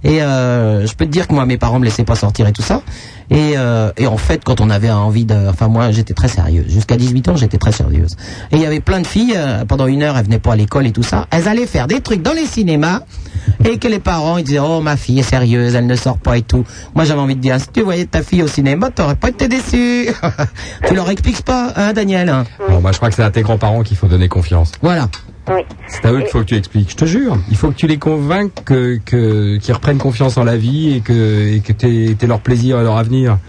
et euh, je peux te dire que moi mes parents me laissaient pas sortir et tout ça. Et, euh, et en fait, quand on avait envie de, enfin moi j'étais très sérieuse. Jusqu'à 18 ans, j'étais très sérieuse. Et il y avait plein de filles euh, pendant une heure, elles venaient pas à l'école et tout ça. Elles allaient faire des trucs dans les cinémas et que les parents ils disaient oh ma fille est sérieuse, elle ne sort pas et tout. Moi j'avais envie de dire si tu voyais ta fille au cinéma, t'aurais pas été déçu. (laughs) tu leur expliques pas, hein Daniel Bon, bah, je crois que c'est à tes grands-parents qu'il faut donner confiance. Voilà. C'est à eux qu'il faut que tu expliques. Je te jure, il faut que tu les convainques que, que- qu'ils reprennent confiance en la vie et que, et que t'aies, t'aies leur plaisir et leur avenir.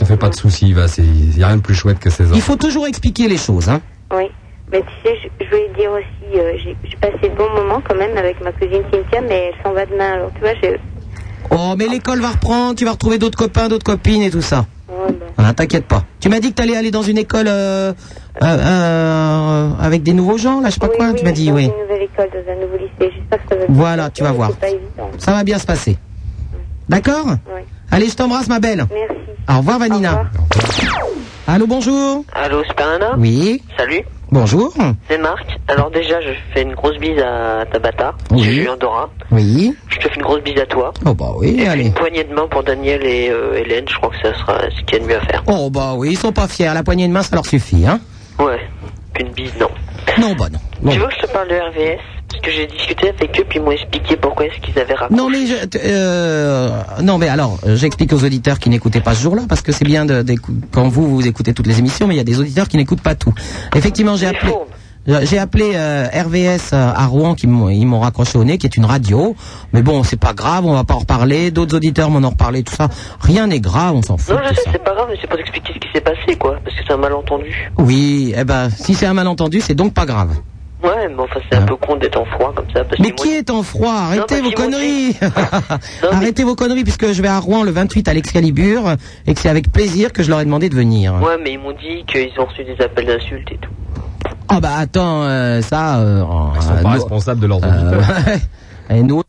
Ne fais pas de soucis, va, c'est, y a rien de plus chouette que ces ans. Il faut toujours expliquer les choses, hein. Oui, mais tu sais, je, je voulais dire aussi, euh, j'ai j'ai passé de bons moments quand même avec ma cousine Cynthia, mais elle s'en va demain. Alors tu vois, j'ai- Oh, mais l'école va reprendre, tu vas retrouver d'autres copains, d'autres copines et tout ça. bah. Ah, t'inquiète pas. Tu m'as dit que t'allais aller dans une école euh, euh, euh, avec des nouveaux gens, là, je sais pas quoi. tu m'as dit, oui. une nouvelle école dans un nouveau lycée. J'espère que ça va. Voilà, tu vas voir. C'est pas évident. Ça va bien se passer. D'accord Allez, je t'embrasse, ma belle. Merci. Au revoir, Vanina. Allô, bonjour. Allô, c'est pas Nana Oui. Salut, Bonjour. c'est Marc. Alors déjà, je fais une grosse bise à Tabata. Oui. Je suis Andorra. Oui. Je te fais une grosse bise à toi. Oh, bah oui, et allez. une poignée de main pour Daniel et euh, Hélène. Je crois que ça sera ce qu'il y a de mieux à faire. Oh, bah oui, ils sont pas fiers. La poignée de main, ça leur suffit, hein. Ouais, une bise, non. Non, bah non. Tu veux que je te parle de RVS Parce que j'ai discuté avec eux, puis ils m'ont expliqué pourquoi est-ce qu'ils avaient raccroché. Non mais je, t- euh, non mais alors euh, j'explique aux auditeurs qui n'écoutaient pas ce jour-là parce que c'est bien de, d'écou- quand vous vous écoutez toutes les émissions mais il y a des auditeurs qui n'écoutent pas tout. Effectivement j'ai appelé j'ai appelé euh, RVS euh, à Rouen qui m'ont- ils m'ont raccroché au nez qui est une radio mais bon c'est pas grave on va pas en reparler d'autres auditeurs m'en ont reparlé tout ça rien n'est grave on s'en fout. Non, je sais, c'est pas grave, mais c'est pour t'expliquer ce qui s'est passé, quoi. Parce que c'est un malentendu. Oui eh ben si c'est un malentendu c'est donc pas grave. Ouais, mais enfin, Ah. c'est un peu con d'être en froid comme ça. Parce Mais qu'ils m'ont qui est en froid Arrêtez vos conneries (laughs) Non, Arrêtez vos conneries puisque je vais à Rouen le 28 à l'Excalibur et que c'est avec plaisir que je leur ai demandé de venir. Ouais, mais ils m'ont dit qu'ils ont reçu des appels d'insultes et tout. Ah bah attends, euh, ça... euh, Ils sont euh, pas nous- responsables de leurs euh, (laughs) auditeurs. et nous,